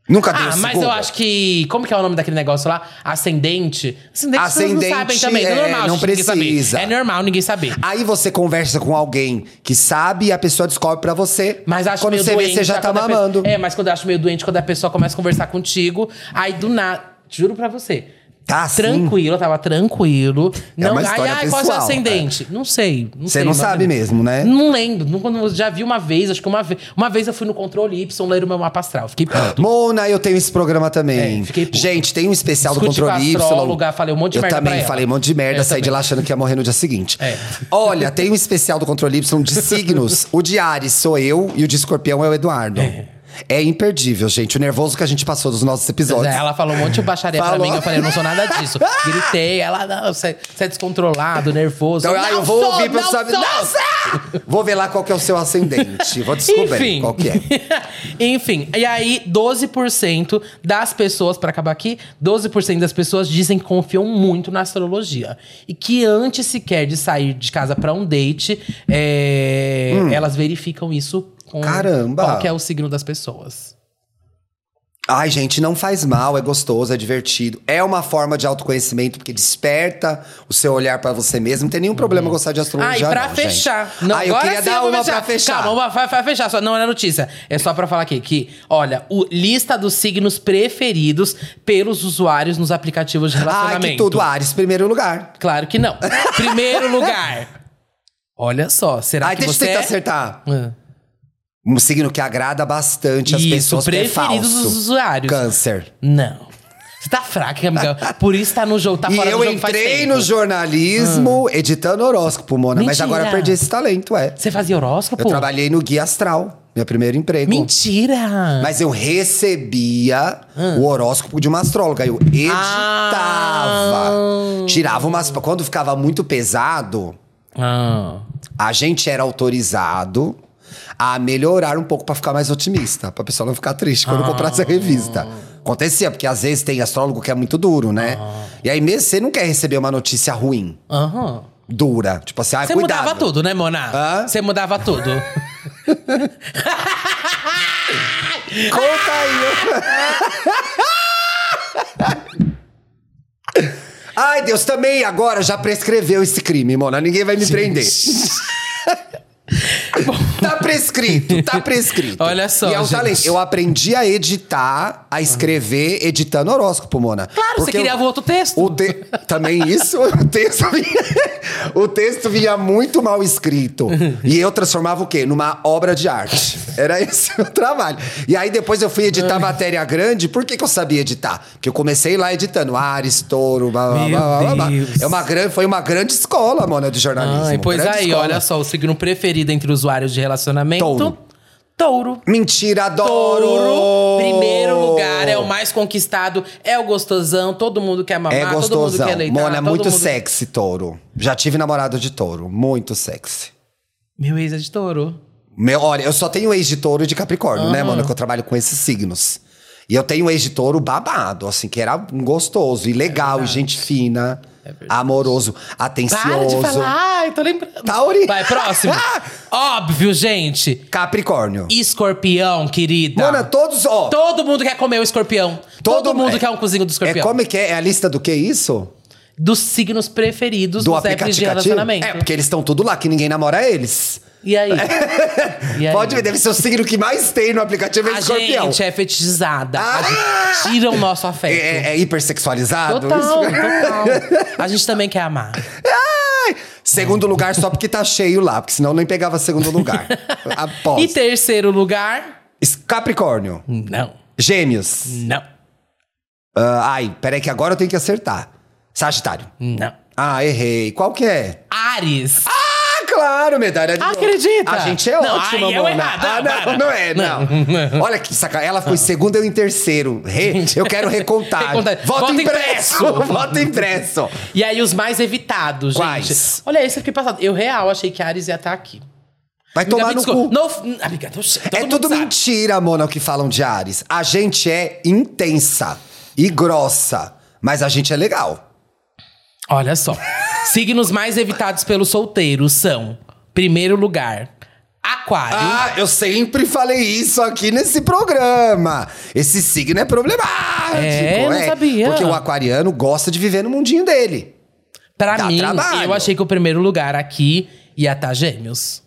S4: Nunca deu
S3: Ah,
S4: esse
S3: mas eu
S4: Google.
S3: acho que. Como que é o nome daquele negócio lá? Ascendente? Ascendente, vocês
S4: Ascendente,
S3: não sabem também. É,
S4: é,
S3: normal,
S4: não
S3: gente, ninguém
S4: precisa.
S3: saber. É normal ninguém saber.
S4: Aí você conversa com alguém que sabe e a pessoa descobre pra você.
S3: Mas acho
S4: Quando
S3: meio
S4: você
S3: doente.
S4: vê, você já tá
S3: quando a pessoa-
S4: mamando.
S3: É, mas quando eu acho meio doente, quando a pessoa começa a conversar contigo, aí do nada. Juro pra você.
S4: Tá assim?
S3: Tranquilo, eu tava tranquilo.
S4: É
S3: não,
S4: uma
S3: ai,
S4: história
S3: ai, qual é o seu
S4: pessoal,
S3: ascendente? Não sei. Não
S4: Você
S3: sei,
S4: não
S3: mas-
S4: sabe mesmo, né?
S3: Não lembro. Não- quando- Já vi uma vez, acho que uma vez. Uma vez eu fui no controle Y ler o meu mapa astral. Fiquei puto.
S4: Mona, eu tenho esse programa também.
S3: É, fiquei puto.
S4: Gente, tem um especial
S3: Discuti
S4: do
S3: com a
S4: Controle
S3: astróloga,
S4: Y.
S3: falei um monte de
S4: eu
S3: merda pra
S4: também
S3: ela.
S4: falei um monte de merda,
S3: Eu
S4: saí de
S3: também.
S4: lá achando que ia morrer no dia seguinte.
S3: É.
S4: Olha, tem um especial do Controle Y de signos. o de Ares sou eu e o de Escorpião é o Eduardo. É. imperdível, gente. O nervoso que a gente passou dos nossos episódios.
S3: Ela falou um monte de baixaria pra
S4: Falou.
S3: mim, eu falei, eu não sou nada disso. Gritei, ela, não, você você é descontrolado, nervoso.
S4: Então,
S3: não
S4: ah, eu vou
S3: sou,
S4: ouvir pra
S3: não
S4: saber.
S3: sou.
S4: Nossa! Vou ver lá qual que é o seu ascendente. Vou descobrir
S3: Enfim.
S4: qual que é.
S3: Enfim, e aí 12% das pessoas, pra acabar aqui, 12% das pessoas dizem que confiam muito na astrologia. E que antes sequer de sair de casa pra um date, é, elas verificam isso com
S4: Hum. Caramba.
S3: qual que é o signo das pessoas.
S4: Ai, gente, não faz mal, é gostoso, é divertido. É uma forma de autoconhecimento, porque desperta o seu olhar pra você mesmo. Não tem nenhum problema gostar de astrologia,
S3: Ah, e pra
S4: não, gente.
S3: fechar. Não,
S4: Ai, eu
S3: agora
S4: queria
S3: sim
S4: dar
S3: vou
S4: uma pra fechar.
S3: Calma, uma, vai, vai fechar. Só, não é notícia. É só pra falar aqui que, olha, o lista dos signos preferidos pelos usuários nos aplicativos de
S4: Ai,
S3: relacionamento.
S4: que tudo, Ares, primeiro lugar.
S3: Claro que não. Primeiro lugar. Olha só, será
S4: Ai,
S3: que
S4: deixa eu
S3: você
S4: tentar
S3: é...
S4: acertar.
S3: Ah.
S4: Um signo que agrada bastante as
S3: Isso,
S4: pessoas, que é
S3: preferidos
S4: falso.
S3: dos usuários.
S4: Câncer.
S3: Não. Você tá fraca, hein, amiga. Por isso tá no jogo, tá
S4: e
S3: fora
S4: eu
S3: do jogo faz
S4: entrei
S3: tempo. Ah.
S4: no jornalismo editando horóscopo, Mona. Mas
S3: Mentira.
S4: agora perdi esse talento, é.
S3: Você fazia horóscopo?
S4: Eu trabalhei no Guia Astral, meu primeiro emprego.
S3: Mentira!
S4: Mas eu recebia
S3: Ah.
S4: o horóscopo de uma astróloga. Eu editava.
S3: Ah.
S4: Tirava umas. Quando ficava muito pesado,
S3: Ah.
S4: a gente era autorizado a melhorar um pouco pra ficar mais otimista, pra pessoa não ficar triste quando
S3: Ah.
S4: comprasse a revista. Acontecia, porque às vezes tem astrólogo que é muito duro, né?
S3: Ah.
S4: E aí mesmo você não quer receber uma notícia ruim,
S3: Aham.
S4: dura. Tipo assim, ah,
S3: Você
S4: cuidado.
S3: mudava tudo, né, Mona?
S4: Hã?
S3: Você mudava tudo.
S4: Conta aí. Ai, Deus, também agora já prescreveu esse crime, Mona. Ninguém vai me prender. Tá prescrito, tá prescrito.
S3: Olha só,
S4: E é um
S3: gente.
S4: talento. Eu aprendi a editar, a escrever, editando horóscopo, Mona. Claro,
S3: você queria outro texto.
S4: O te- Também isso, o texto, vinha... o texto vinha muito mal escrito. E eu transformava o quê? Numa obra de arte. Era esse o trabalho. E aí depois eu fui editar matéria grande. Por que, que eu sabia editar? Porque eu comecei lá editando Ares, Touro, blá, blá,
S3: Meu
S4: blá, blá, blá.
S3: Deus.
S4: É uma grande... Foi uma grande escola, Mona, de jornalismo. um
S3: Ai, pois
S4: Grande
S3: aí,
S4: escola.
S3: olha só, o signo preferido entre usuários de relacionamento.
S4: Touro.
S3: Touro.
S4: Mentira, adoro!
S3: Touro, primeiro lugar, é o mais conquistado, é o gostosão, todo mundo quer mamar,
S4: É
S3: todo mundo
S4: gostosão.
S3: quer leitar.
S4: Mona, é
S3: todo
S4: muito
S3: mundo...
S4: sexy, touro. Já tive namorado de touro. Muito sexy.
S3: Meu ex é de touro.
S4: Meu, olha, eu só tenho ex de touro e de capricórnio, né, Mona? Que eu trabalho com esses signos. E eu tenho ex de touro babado, assim, que era um
S3: É
S4: gostoso e legal, e gente fina, amoroso, atencioso.
S3: Para de falar, ai, tô lembrando.
S4: Tauri.
S3: Vai, próximo. Óbvio, gente.
S4: Capricórnio.
S3: Escorpião, querida.
S4: Mona, todos, ó.
S3: Todo mundo quer comer o escorpião. Todo, mundo
S4: é-
S3: quer um cozinho do
S4: É
S3: escorpião.
S4: como é que é? É a lista do que isso?
S3: Dos signos preferidos
S4: Do
S3: dos apps de
S4: aplicativo?
S3: relacionamento.
S4: É, porque eles estão tudo lá, que ninguém namora eles.
S3: E aí? E aí?
S4: É. Pode ver, deve ser o signo que mais tem no aplicativo é
S3: A
S4: escorpião.
S3: gente é fetichizada.
S4: Ah!
S3: A gente tira o nosso afeto.
S4: É, é hipersexualizado?
S3: Total,
S4: Isso.
S3: total. A gente também quer amar.
S4: Ai! Segundo lugar só porque tá cheio lá, porque senão nem pegava segundo lugar.
S3: E
S4: Aposto.
S3: terceiro lugar?
S4: Es- Capricórnio.
S3: Não,
S4: Gêmeos.
S3: não,
S4: Ah, ai, peraí que agora eu tenho que acertar. Sagitário.
S3: não.
S4: Ah, errei. Qual que é?
S3: Ares.
S4: Ah, claro, medalha de ouro.
S3: Acredita?
S4: A gente é
S3: Não,
S4: ótima,
S3: aí eu
S4: Mona.
S3: errado.
S4: Ah, não,
S3: Para.
S4: não é, não. Olha que saca. Ela foi segunda, eu em terceiro. Re- Eu quero recontagem.
S3: Recontagem.
S4: Voto,
S3: Voto
S4: impresso.
S3: impresso.
S4: Voto impresso.
S3: E aí os mais evitados, gente.
S4: Quais?
S3: Olha isso, eu fiquei passado. Eu real achei que Ares ia estar aqui.
S4: Vai É tomar
S3: Amiga, me
S4: no
S3: desculpa.
S4: cu.
S3: Não, amiga, tô, todo
S4: é
S3: mundo
S4: tudo
S3: sabe.
S4: mentira, Mona, o que falam de Ares. A gente é intensa e grossa, mas a gente é legal.
S3: Olha só. Signos mais evitados pelos solteiros são, primeiro lugar, Aquário.
S4: Ah, eu sempre falei isso aqui nesse programa. Esse signo é problemático.
S3: É, eu não sabia.
S4: Porque o aquariano gosta de viver no mundinho dele.
S3: pra
S4: dá
S3: mim,
S4: trabalho.
S3: eu achei que o primeiro lugar aqui ia estar Gêmeos.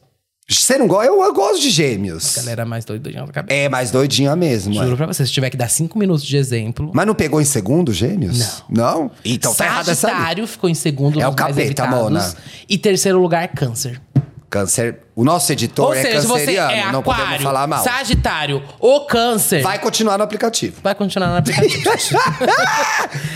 S4: Você não gosta? Eu, eu gosto de gêmeos.
S3: Galera mais doidinha da cabeça.
S4: É mais doidinha mesmo.
S3: Juro
S4: é.
S3: pra você, se tiver que dar cinco minutos de exemplo.
S4: Mas não pegou em segundo, gêmeos? Não. Então tá errado essa lista.
S3: Sagitário ficou em segundo
S4: É
S3: nos mais
S4: o capeta,
S3: evitados.
S4: Mona.
S3: E terceiro lugar, Câncer.
S4: Câncer. O nosso editor
S3: Ou
S4: é
S3: seja, você
S4: canceriano.
S3: é
S4: não podemos
S3: aquário,
S4: falar mal.
S3: Sagitário ou Câncer.
S4: Vai continuar no aplicativo.
S3: Vai continuar na aplicativo.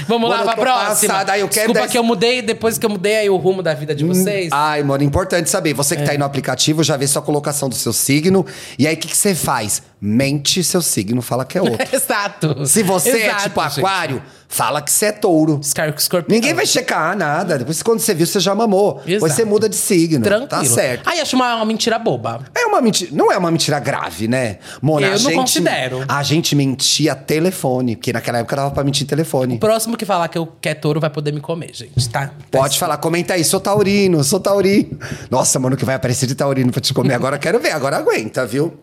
S3: Vamos lá
S4: Mano, eu tô
S3: pra próxima.
S4: passada, aí eu quero
S3: Desculpa
S4: dez- Hum, ah,
S3: que eu mudei, depois que eu mudei aí o rumo da vida de vocês. É.
S4: Ai, mano, importante saber. Você que tá aí no aplicativo, já vê sua colocação do seu signo. E aí, o que, que você faz? Mente seu signo, fala que é outro.
S3: Exato.
S4: Se você é
S3: Exato,
S4: tipo
S3: gente.
S4: aquário, fala que você é touro.
S3: Escar- Escorpião.
S4: Ninguém vai checar nada. Depois, quando você viu, você já mamou. Depois
S3: Exato.
S4: você muda de signo.
S3: Tranquilo.
S4: Tá certo.
S3: Aí acho uma, uma mentira boba.
S4: É uma mentira, não é uma mentira grave, né? Mona,
S3: Eu
S4: a
S3: não
S4: gente,
S3: considero.
S4: A gente mentia telefone, porque naquela época dava pra mentir telefone.
S3: Próximo que falar que eu quer touro vai poder me comer, gente, tá?
S4: Pode falar, comenta aí, sou taurino, sou taurino. Nossa, mano, que vai aparecer de taurino pra te comer agora, quero ver, agora aguenta, viu?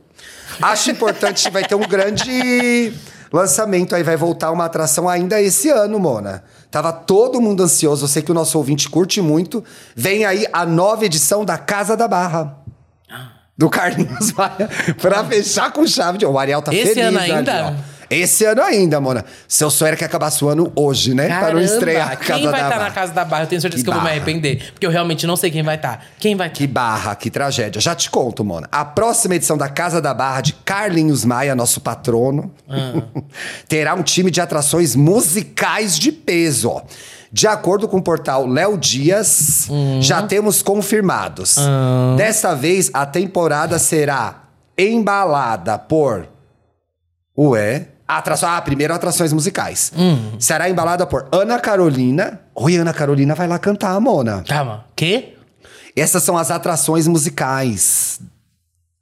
S4: Acho importante, vai ter um grande lançamento aí, vai voltar uma atração ainda esse ano, Mona. Tava todo mundo ansioso, eu sei que o nosso ouvinte curte muito. Vem aí a nova edição da Casa da Barra. Do Carlinhos Maia, pra fechar com chave de ouro. O Ariel tá
S3: Ah. Esse
S4: feliz
S3: ano
S4: ali,
S3: ainda?
S4: ó. Esse ano ainda, Mona. Seu sonho era que acabasse o ano hoje, né? pra não
S3: Caramba,
S4: estrear a Casa
S3: Quem vai
S4: da
S3: estar
S4: Barra.
S3: na casa da barra? Eu tenho certeza que,
S4: Que
S3: eu vou me
S4: barra.
S3: arrepender. Porque eu realmente não sei quem vai estar. Quem vai tá?
S4: Que barra, que tragédia. Já te conto, Mona. A próxima edição da Casa da Barra de Carlinhos Maia, nosso patrono, terá um time de atrações musicais de peso, ó. De acordo com o portal Léo Dias, já temos confirmados. Dessa vez, a temporada será embalada por. Ué? Atração, ah, primeiro atrações musicais. Será embalada por Ana Carolina. Oi, Ana Carolina vai lá cantar, Mona.
S3: Calma. Tá, Quê?
S4: Essas são as atrações musicais.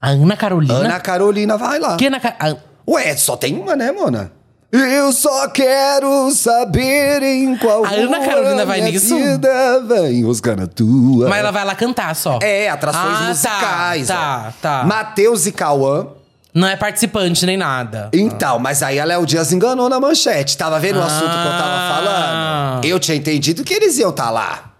S3: A Ana Carolina?
S4: Ana Carolina, vai lá.
S3: Né? Que Ana Ca- a-
S4: Ué, só tem uma, né, Mona? Eu só quero saber em qual
S3: A Ana
S4: rua
S3: Carolina vai
S4: minha
S3: nisso?
S4: vida vai roscando a tua.
S3: Mas ela vai lá cantar só.
S4: É, atrações
S3: Ah, tá,
S4: musicais.
S3: tá,
S4: ó.
S3: tá.
S4: Matheus e Cauã.
S3: Não é participante nem nada.
S4: Então, mas aí a Léo Dias enganou na manchete. Tava vendo o assunto que eu tava
S3: Ah.
S4: falando? Eu tinha entendido que eles iam estar lá. tá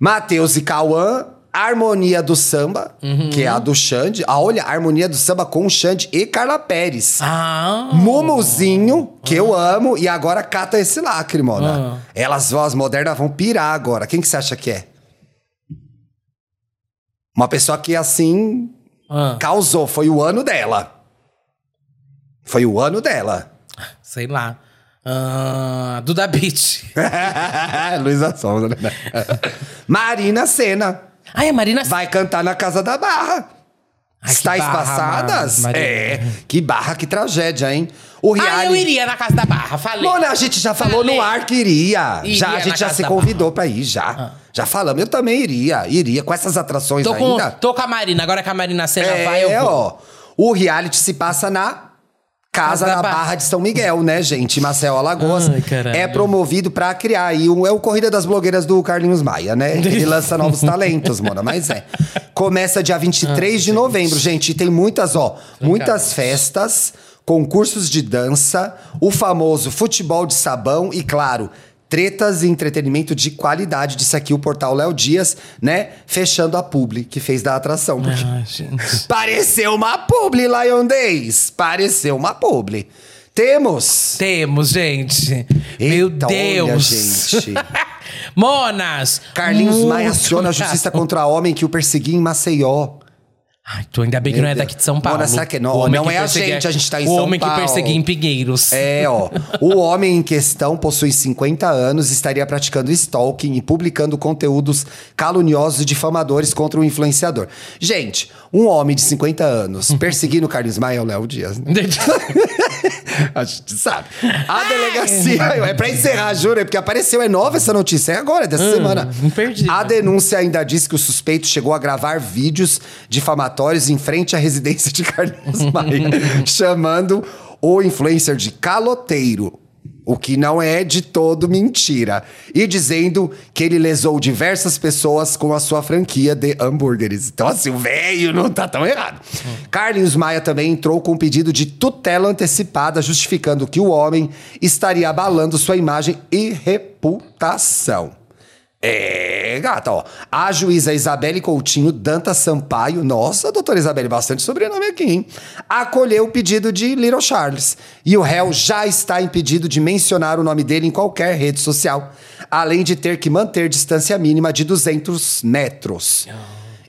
S4: Matheus e Cauã A harmonia do samba, que é a do Xande. Ah, olha, a harmonia do samba com o Xande e Carla Pérez.
S3: Ah.
S4: Mumuzinho, que eu amo, e agora cata esse
S3: Ah.
S4: lacrimona. Elas, vozes modernas, vão pirar agora. Quem que você acha que é? Uma pessoa que, assim,
S3: ah,
S4: causou. Foi o ano dela. Foi o ano dela.
S3: sei lá. Ah, Duda Beach.
S4: Luísa Sonza, né? Marina Senna.
S3: Ai, a Marina.
S4: Vai cantar na Casa da Barra.
S3: Ai, que
S4: Estais
S3: barra,
S4: passadas?
S3: Mar- Marina.
S4: É. Que barra, que tragédia, hein? O
S3: Ah,
S4: reality...
S3: eu iria na Casa da Barra, falei.
S4: Mona, a gente já falou
S3: Falei.
S4: no ar que iria.
S3: Iria
S4: já, a
S3: na
S4: gente já
S3: Casa
S4: se
S3: da Ah.
S4: convidou pra ir, já. Já falamos, eu também iria. Iria com essas atrações
S3: tô, com,
S4: ainda.
S3: tô com a Marina. Agora que a Marina Senna
S4: é,
S3: vai, eu vou.
S4: ó. O reality se passa na Casa,
S3: Casa da
S4: da Barra.
S3: Barra
S4: de São Miguel, né, gente? Maceió Alagoas.
S3: Ai, caralho.
S4: é promovido pra criar. aí um- é o Corrida das Blogueiras do Carlinhos Maia, né? Ele lança novos talentos, Mona, mas é. Começa dia 23 de novembro, gente. E tem muitas, ó, muitas festas, concursos de dança, o famoso futebol de sabão e, claro. Tretas e entretenimento de qualidade, disse aqui o portal Léo Dias, né? Fechando a publi que fez da atração. Porque
S3: Ai, gente.
S4: Pareceu uma publi, Lion Days. Pareceu uma publi. Temos.
S3: Temos, gente. Meu
S4: Eita,
S3: Deus.
S4: olha, gente.
S3: Monas.
S4: Carlinhos
S3: muito
S4: Maia aciona a
S3: chato.
S4: justiça contra homem que o perseguia em Maceió.
S3: Ai, tu ainda bem que não é
S4: Meu Deus.
S3: daqui de São Paulo.
S4: Mona, será que não?
S3: O homem
S4: Não
S3: que
S4: é a
S3: perseguia-
S4: gente, a gente tá em
S3: o
S4: São
S3: homem que
S4: Paulo.
S3: perseguia em Pinheiros.
S4: É, ó. O homem em questão possui 50 anos e estaria praticando stalking e publicando conteúdos caluniosos e difamadores contra o influenciador. Gente, um homem de 50 anos perseguindo o Carlinhos Maia é o Léo Dias, né? A gente sabe. A delegacia. É pra encerrar, juro, é porque apareceu, é nova essa notícia, é agora, é dessa semana.
S3: Ah, não perdi. né?
S4: A denúncia ainda diz que o suspeito chegou a gravar vídeos difamatórios em frente à residência de Carlos Maia, chamando o influencer de caloteiro. O que não é de todo mentira. E dizendo que ele lesou diversas pessoas com a sua franquia de hambúrgueres. Então, assim, o velho não tá tão errado. Carlinhos Maia também entrou com um pedido de tutela antecipada, justificando que o homem estaria abalando sua imagem e reputação. É, gata, ó. A juíza Isabelle Coutinho Danta Sampaio, nossa, doutora Isabelle, bastante sobrenome aqui, hein? Acolheu o pedido de Little Charles. E o réu já está impedido de mencionar o nome dele em qualquer rede social, além de ter que manter distância mínima de 200 metros.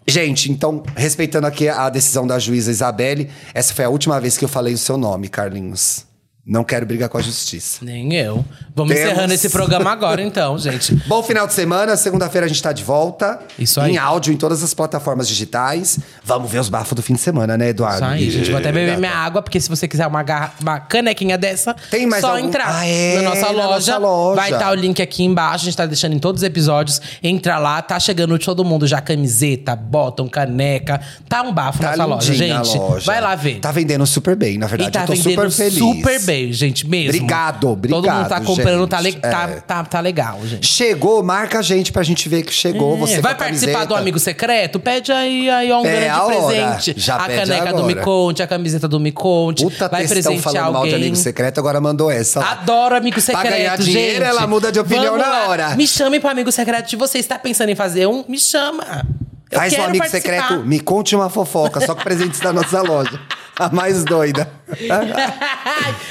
S4: Gente, então, respeitando aqui a decisão da juíza Isabelle, essa foi a última vez que eu falei o seu nome, Carlinhos. Não quero brigar com a justiça.
S3: Nem eu. Vamos
S4: Temos.
S3: encerrando esse programa agora, então, gente.
S4: Bom final de semana, segunda-feira a gente tá de volta.
S3: Isso aí.
S4: Em áudio, em todas as plataformas digitais. Vamos ver os bafos do fim de semana, né, Eduardo?
S3: Isso aí, gente. Vou até beber
S4: Obrigado.
S3: minha água, porque se você quiser uma, garra- uma canequinha dessa,
S4: Tem mais
S3: só
S4: algum?
S3: entrar
S4: Ah, é,
S3: na, nossa
S4: na
S3: loja,
S4: nossa loja.
S3: Vai estar o link aqui embaixo, a gente tá deixando em todos os episódios. Entra lá, tá chegando de todo mundo já camiseta, botão, caneca. Tá um bafo
S4: Tá
S3: nossa loja,
S4: lindinha a
S3: gente.
S4: loja.
S3: Vai lá ver.
S4: Tá vendendo super bem, na verdade.
S3: e tá
S4: Eu tô
S3: vendendo
S4: super feliz.
S3: super bem, gente, mesmo.
S4: Obrigado,
S3: Todo mundo
S4: obrigado,
S3: tá comprando, tá, le-
S4: gente.
S3: tá,
S4: É.
S3: tá, tá legal, gente.
S4: Chegou, marca a gente pra gente ver que chegou. Você
S3: É, vai
S4: com a
S3: participar
S4: camiseta.
S3: do Amigo Secreto? Pede aí, aí ó, um
S4: É, a
S3: grande
S4: hora.
S3: presente.
S4: Já
S3: a
S4: pede
S3: caneca do
S4: agora.
S3: Me Conte, a camiseta do Me Conte.
S4: Puta
S3: vai
S4: textão
S3: presentear
S4: falando mal de
S3: alguém. Ah,
S4: amigo secreto, agora mandou essa. lá.
S3: Adoro amigo secreto,
S4: ganhar
S3: gente.
S4: dinheiro, ela muda de opinião
S3: Vamos
S4: na
S3: lá.
S4: hora.
S3: Me chame pro amigo secreto de vocês. Tá pensando em fazer um? Me chama. Eu
S4: Faz um
S3: quero
S4: amigo
S3: participar.
S4: secreto, me conte uma fofoca, só com presentes da nossa loja. A mais doida.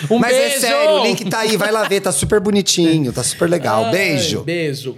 S3: um
S4: Mas
S3: beijo. Um
S4: é sério, o link tá aí, vai lá ver, tá super bonitinho, tá super legal.
S3: Ai,
S4: Beijo.
S3: Beijo.